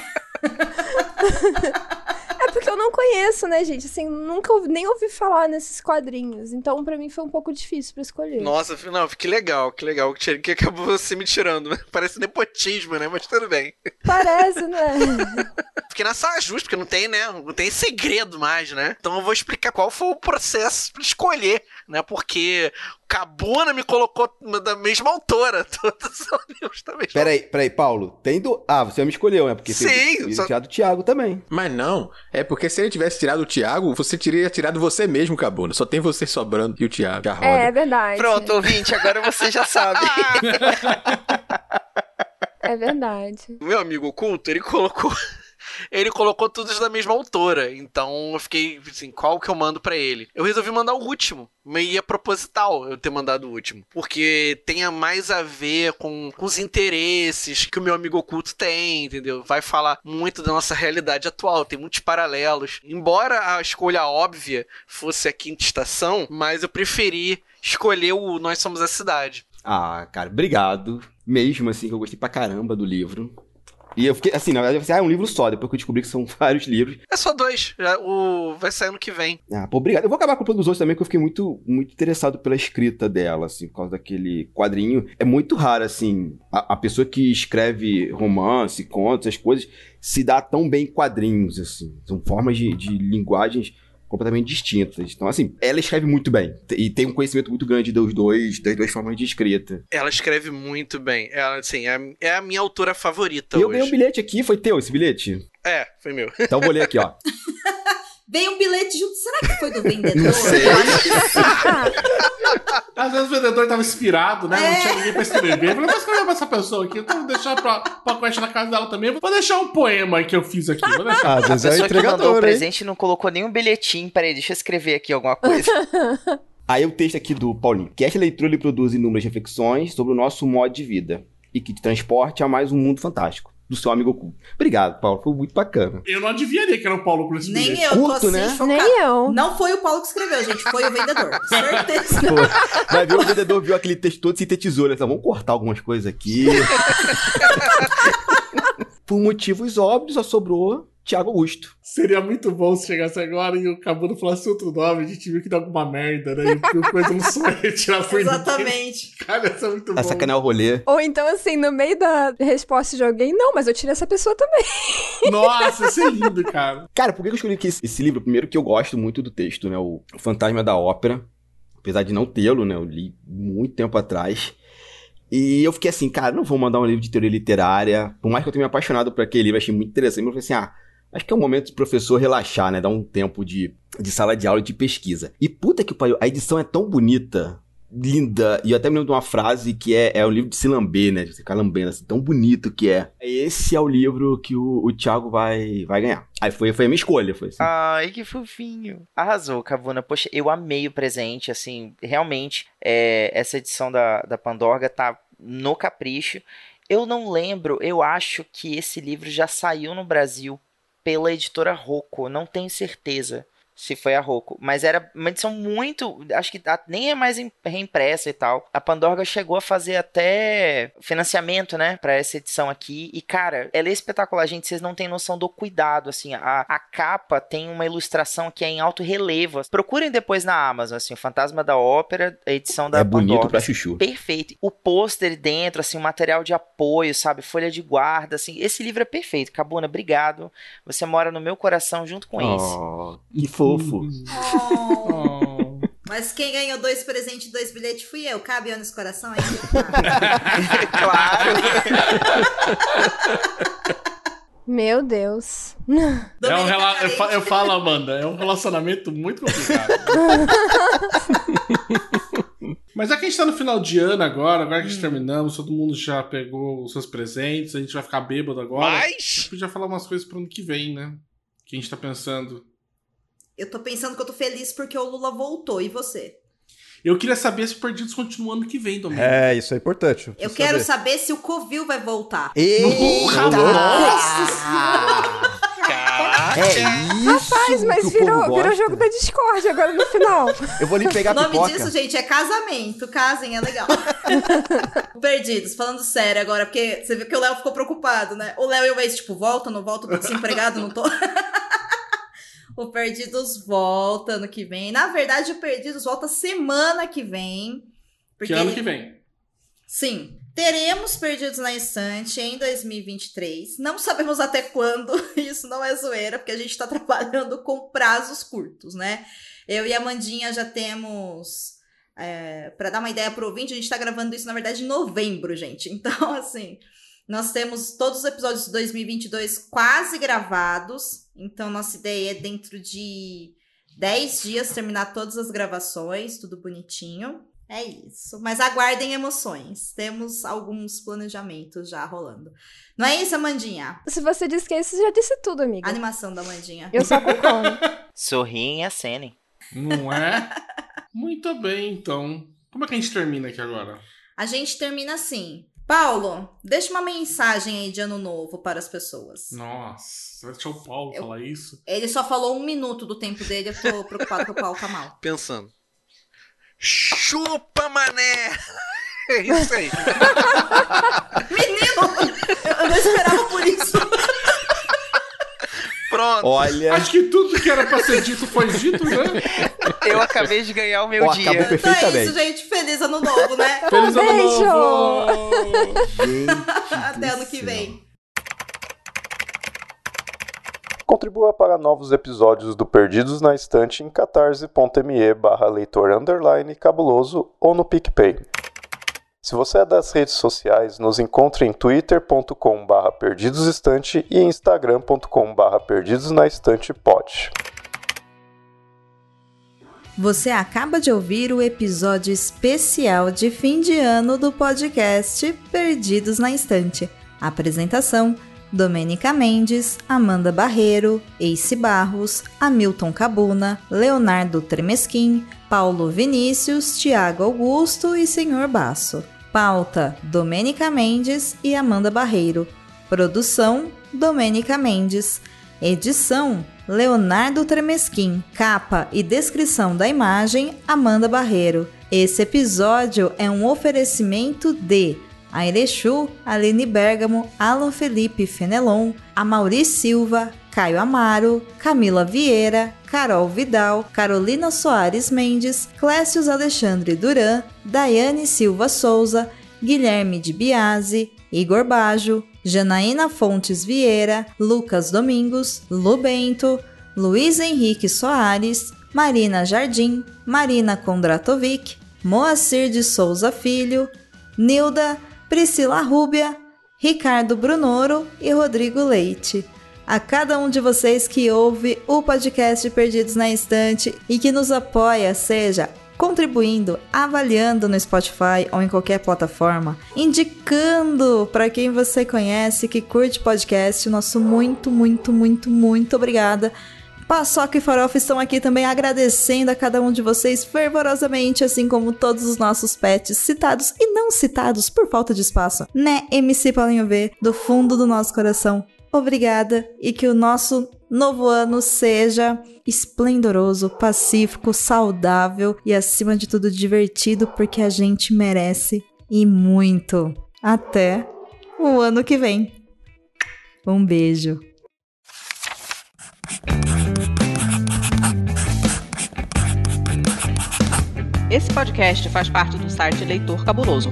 [SPEAKER 3] É porque eu não conheço, né, gente? Assim, nunca ouvi- nem ouvi falar nesses quadrinhos. Então, pra mim, foi um pouco difícil pra escolher.
[SPEAKER 4] Nossa, não, que legal, que legal que tira- que acabou você me tirando. né? Parece nepotismo, né? Mas tudo bem.
[SPEAKER 3] Parece, né?
[SPEAKER 4] Fiquei na saia justa, porque não tem, né? Não tem segredo mais, né? Então eu vou explicar qual foi o processo pra escolher, né? Porque Cabona me colocou da mesma autora. Todos os amigos da mesma
[SPEAKER 6] Peraí, peraí, Paulo. Tem do. Ah, você me escolheu, né? Porque
[SPEAKER 4] Sim,
[SPEAKER 6] você teria
[SPEAKER 4] só-
[SPEAKER 6] tirado o Thiago também.
[SPEAKER 8] Mas não, é porque se ele tivesse tirado o Thiago, você teria tirado você mesmo, Cabona. Só tem você sobrando e o Thiago. Já roda.
[SPEAKER 3] É, é verdade.
[SPEAKER 9] Pronto, ouvinte, agora você já sabe.
[SPEAKER 3] É verdade.
[SPEAKER 4] O meu amigo oculto, ele colocou. Ele colocou todos da mesma autora, então eu fiquei assim, qual que eu mando pra ele? Eu resolvi mandar o último, meio proposital eu ter mandado o último, porque tenha mais a ver com, com os interesses que o meu amigo oculto tem, entendeu? Vai falar muito da nossa realidade atual, tem muitos paralelos. Embora a escolha óbvia fosse a quinta estação, mas eu preferi escolher o Nós Somos a Cidade.
[SPEAKER 6] Ah, cara, obrigado. Mesmo assim, que eu gostei pra caramba do livro. E eu fiquei, assim, na verdade, eu pensei, ah, é um livro só. Depois que eu descobri que são vários livros.
[SPEAKER 4] É só dois, já- o vai sair ano que vem.
[SPEAKER 6] Ah, pô, obrigado. Eu vou acabar comprando os outros também, porque eu fiquei muito, muito interessado pela escrita dela, assim, por causa daquele quadrinho. É muito raro, assim, a, a pessoa que escreve romance, contos, essas coisas, se dá tão bem em quadrinhos, assim. São formas de, de linguagens completamente distintas. Então, assim, ela escreve muito bem. E tem um conhecimento muito grande dos dois, das duas formas de escrita.
[SPEAKER 4] Ela escreve muito bem. Ela, assim, é, é a minha autora favorita
[SPEAKER 6] E eu ganhei um
[SPEAKER 4] hoje.
[SPEAKER 6] bilhete aqui, foi teu esse bilhete?
[SPEAKER 4] É, foi meu.
[SPEAKER 6] Então eu vou ler aqui, ó.
[SPEAKER 2] Veio um bilhete junto. Será que foi do vendedor?
[SPEAKER 6] Não sei.
[SPEAKER 2] Eu acho que
[SPEAKER 5] Às vezes o vendedor tava inspirado, né?
[SPEAKER 2] É.
[SPEAKER 5] Não tinha ninguém pra escrever. Eu falei, vou escrever pra essa pessoa aqui. Então vou deixar pra, pra quest na casa dela também. Vou deixar um poema aí que eu fiz aqui. Vou deixar.
[SPEAKER 7] Ah, às
[SPEAKER 9] A
[SPEAKER 7] vezes é o
[SPEAKER 9] pessoa que mandou o
[SPEAKER 7] entregador, hein?
[SPEAKER 9] presente não colocou nenhum bilhetinho. Peraí, deixa eu escrever aqui alguma coisa.
[SPEAKER 6] Aí o texto aqui do Paulinho. Que esta leitura lhe produz inúmeras reflexões sobre o nosso modo de vida e que te transporte a mais um mundo fantástico. Do seu amigo oculto. Obrigado, Paulo. Foi muito bacana.
[SPEAKER 5] Eu não adivinharia que era o Paulo por esse
[SPEAKER 2] Nem
[SPEAKER 5] bilhete.
[SPEAKER 2] eu, tô
[SPEAKER 6] Curto,
[SPEAKER 2] assim,
[SPEAKER 6] né?
[SPEAKER 2] chocada.
[SPEAKER 3] Nem eu.
[SPEAKER 2] Não foi o Paulo que escreveu, gente, foi o vendedor. Certeza.
[SPEAKER 6] Pô, vai ver, o vendedor viu aquele texto todo sintetizou. Ele falou, vamos cortar algumas coisas aqui. Por motivos óbvios, só sobrou Tiago Augusto.
[SPEAKER 5] Seria muito bom se chegasse agora e o Cabuno falasse outro nome. A gente viu que dá alguma merda, né? E o coisa não sonha tirar foi
[SPEAKER 2] Exatamente.
[SPEAKER 5] Cara, isso é muito bom.
[SPEAKER 6] Pra sacanear o rolê.
[SPEAKER 3] Ou então, assim, no meio da resposta de alguém, não, mas eu tirei essa pessoa também.
[SPEAKER 5] Nossa, isso é lindo, cara.
[SPEAKER 6] Cara, por que eu escolhi que esse, esse livro? Primeiro que eu gosto muito do texto, né? O Fantasma da Ópera. Apesar de não tê-lo, né? Eu li muito tempo atrás. E eu fiquei assim, cara, não vou mandar um livro de teoria literária. Por mais que eu tenha me apaixonado por aquele livro, achei muito interessante. Mas eu falei assim, ah, acho que é o momento do professor relaxar, né? Dar um tempo de, de sala de aula e de pesquisa. E puta que pariu, a edição é tão bonita linda. E eu até me lembro de uma frase que é, é um livro de se lamber, né? De você ficar lambendo, assim, tão bonito que é. Esse é o livro que o, o Thiago vai, vai ganhar. Aí foi, foi a minha escolha, foi assim.
[SPEAKER 9] Ai, que fofinho. Arrasou, Cavuna. Poxa, eu amei o presente, assim, realmente, é, essa edição da, da Pandorga tá no capricho. Eu não lembro, eu acho que esse livro já saiu no Brasil pela editora Rocco, não tenho certeza se foi a Rocco, mas era uma edição muito, acho que a- nem é mais em- reimpressa e tal. A Pandorga chegou a fazer até financiamento, né, Pra essa edição aqui. E cara, ela é espetacular, gente, vocês não têm noção do cuidado assim. A, a capa tem uma ilustração que é em alto relevo. Procurem depois na Amazon assim, o Fantasma da Ópera, a edição da
[SPEAKER 6] é bonito
[SPEAKER 9] Pandorga.
[SPEAKER 6] pra chuchu.
[SPEAKER 9] Perfeito. O pôster dentro, assim, o material de apoio, sabe? Folha de guarda, assim. Esse livro é perfeito. Cabona, obrigado. Você mora no meu coração junto com esse.
[SPEAKER 6] Oh, que
[SPEAKER 5] Hum,
[SPEAKER 6] fofo.
[SPEAKER 2] Oh,
[SPEAKER 5] Oh.
[SPEAKER 2] mas quem ganhou dois presentes e dois bilhetes fui eu. Cabe eu nesse coração ainda?
[SPEAKER 9] claro.
[SPEAKER 3] Meu Deus.
[SPEAKER 5] É um
[SPEAKER 2] Domenica
[SPEAKER 5] rela... eu,
[SPEAKER 2] Carente.
[SPEAKER 5] fa- eu falo, Amanda, é um relacionamento muito complicado. Mas já que a gente tá no final de ano agora, agora que a gente terminamos, todo mundo já pegou os seus presentes, a gente vai ficar bêbado agora. A
[SPEAKER 4] Mas.
[SPEAKER 5] gente podia falar umas coisas pro ano que vem, né? O que a gente tá pensando.
[SPEAKER 2] Eu tô pensando que eu tô feliz porque o Lula voltou. E você?
[SPEAKER 5] Eu queria saber se o Perdidos continua ano que vem, Domingo.
[SPEAKER 7] É, isso é importante.
[SPEAKER 2] Eu
[SPEAKER 7] preciso
[SPEAKER 2] quero
[SPEAKER 7] saber.
[SPEAKER 2] saber se o Covil vai voltar. Tá.
[SPEAKER 7] Eita!
[SPEAKER 4] Caraca.
[SPEAKER 6] É isso
[SPEAKER 3] Mas, mas
[SPEAKER 6] é que o povo
[SPEAKER 3] virou, virou
[SPEAKER 6] gosta.
[SPEAKER 3] jogo da Discord agora no final.
[SPEAKER 6] Eu vou ali pegar
[SPEAKER 2] O
[SPEAKER 6] a
[SPEAKER 2] nome
[SPEAKER 6] pipoca.
[SPEAKER 2] disso, gente, é casamento. Casem, é legal. Perdidos, falando sério agora, porque você viu que o Léo ficou preocupado, né? O Léo e o Waze, tipo, volta, não volta, tô desempregado, não tô. o Perdidos volta ano que vem. Na verdade, o Perdidos volta semana que vem.
[SPEAKER 5] Que
[SPEAKER 2] Porque,
[SPEAKER 5] ano que vem.
[SPEAKER 2] sim, teremos Perdidos na Estante em 2023. Não sabemos até quando, isso não é zoeira, porque a gente tá trabalhando com prazos curtos, né? Eu e a Mandinha já temos. É, para dar uma ideia pro ouvinte, a gente tá gravando isso, na verdade, em novembro, gente. Então, assim, nós temos todos os episódios de 2022 quase gravados. Então, nossa ideia é dentro de 10 dias terminar todas as gravações, tudo bonitinho. É isso. Mas aguardem emoções. Temos alguns planejamentos já rolando. Não é isso, Amandinha?
[SPEAKER 3] Se você disse que é isso, você já disse tudo, amiga.
[SPEAKER 2] A animação da Amandinha.
[SPEAKER 3] Eu só concordo.
[SPEAKER 9] Sorriem e acenem.
[SPEAKER 5] Não é? muito bem, então. Como é que a gente termina aqui agora?
[SPEAKER 2] A gente termina assim. Paulo, deixa uma mensagem aí de ano novo para as pessoas.
[SPEAKER 5] Nossa, vai deixar o Paulo
[SPEAKER 2] Eu-
[SPEAKER 5] falar isso?
[SPEAKER 2] Ele só falou um minuto do tempo dele, eu tô preocupado que o Paulo tá mal.
[SPEAKER 4] Pensando. Chupa, mané! É isso aí.
[SPEAKER 2] Menino! Eu não esperava por isso.
[SPEAKER 4] Pronto.
[SPEAKER 6] Olha,
[SPEAKER 5] Acho que tudo que era pra ser dito foi dito, né?
[SPEAKER 9] Eu acabei de ganhar o meu
[SPEAKER 6] Ó,
[SPEAKER 9] dia.
[SPEAKER 6] acabou
[SPEAKER 2] Então é isso,
[SPEAKER 6] perfeitamente.
[SPEAKER 2] gente. Feliz ano novo, né?
[SPEAKER 5] Feliz ano
[SPEAKER 3] beijo!
[SPEAKER 5] novo!
[SPEAKER 2] Até ano que vem.
[SPEAKER 7] Contribua para novos episódios do Perdidos na Estante em catarse.me barra leitor underline cabuloso ou no PicPay. Se você é das redes sociais, nos encontre em twitter.com barra perdidosestante e instagram.com barra perdidosnaestantepod.
[SPEAKER 2] Você acaba de ouvir o episódio especial de fim de ano do podcast Perdidos na Estante. Apresentação: Domênica Mendes, Amanda Barreiro, Ace Barros, Hamilton Cabuna, Leonardo Tremesquim, Paulo Vinícius, Tiago Augusto e Senhor Basso. Pauta: Domênica Mendes e Amanda Barreiro. Produção: Domênica Mendes. Edição: Leonardo Tremesquim. Capa e descrição da imagem: Amanda Barreiro. Esse episódio é um oferecimento de Airechu, Aline Bergamo, Alan Felipe Fenelon, Amauri Silva, Caio Amaro, Camila Vieira, Carol Vidal, Carolina Soares Mendes, Clécius Alexandre Duran, Daiane Silva Souza, Guilherme de Biase, Igor Bajo, Janaína Fontes Vieira, Lucas Domingos, Lu Bento, Luiz Henrique Soares, Marina Jardim, Marina Kondratovic, Moacir de Souza Filho, Nilda, Priscila Rúbia, Ricardo Brunoro e Rodrigo Leite. A cada um de vocês que ouve o podcast Perdidos na Estante e que nos apoia, seja contribuindo, avaliando no Spotify ou em qualquer plataforma, indicando para quem você conhece que curte podcast, o nosso muito, muito, muito, muito obrigada. Paçoca e Farofa estão aqui também agradecendo a cada um de vocês fervorosamente, assim como todos os nossos pets citados e não citados por falta de espaço, né, MC Paulinho V, do fundo do nosso coração. Obrigada e que o nosso novo ano seja esplendoroso, pacífico, saudável e acima de tudo divertido, porque a gente merece e muito. Até o ano que vem. Um beijo.
[SPEAKER 11] Esse podcast faz parte do site Leitor Cabuloso.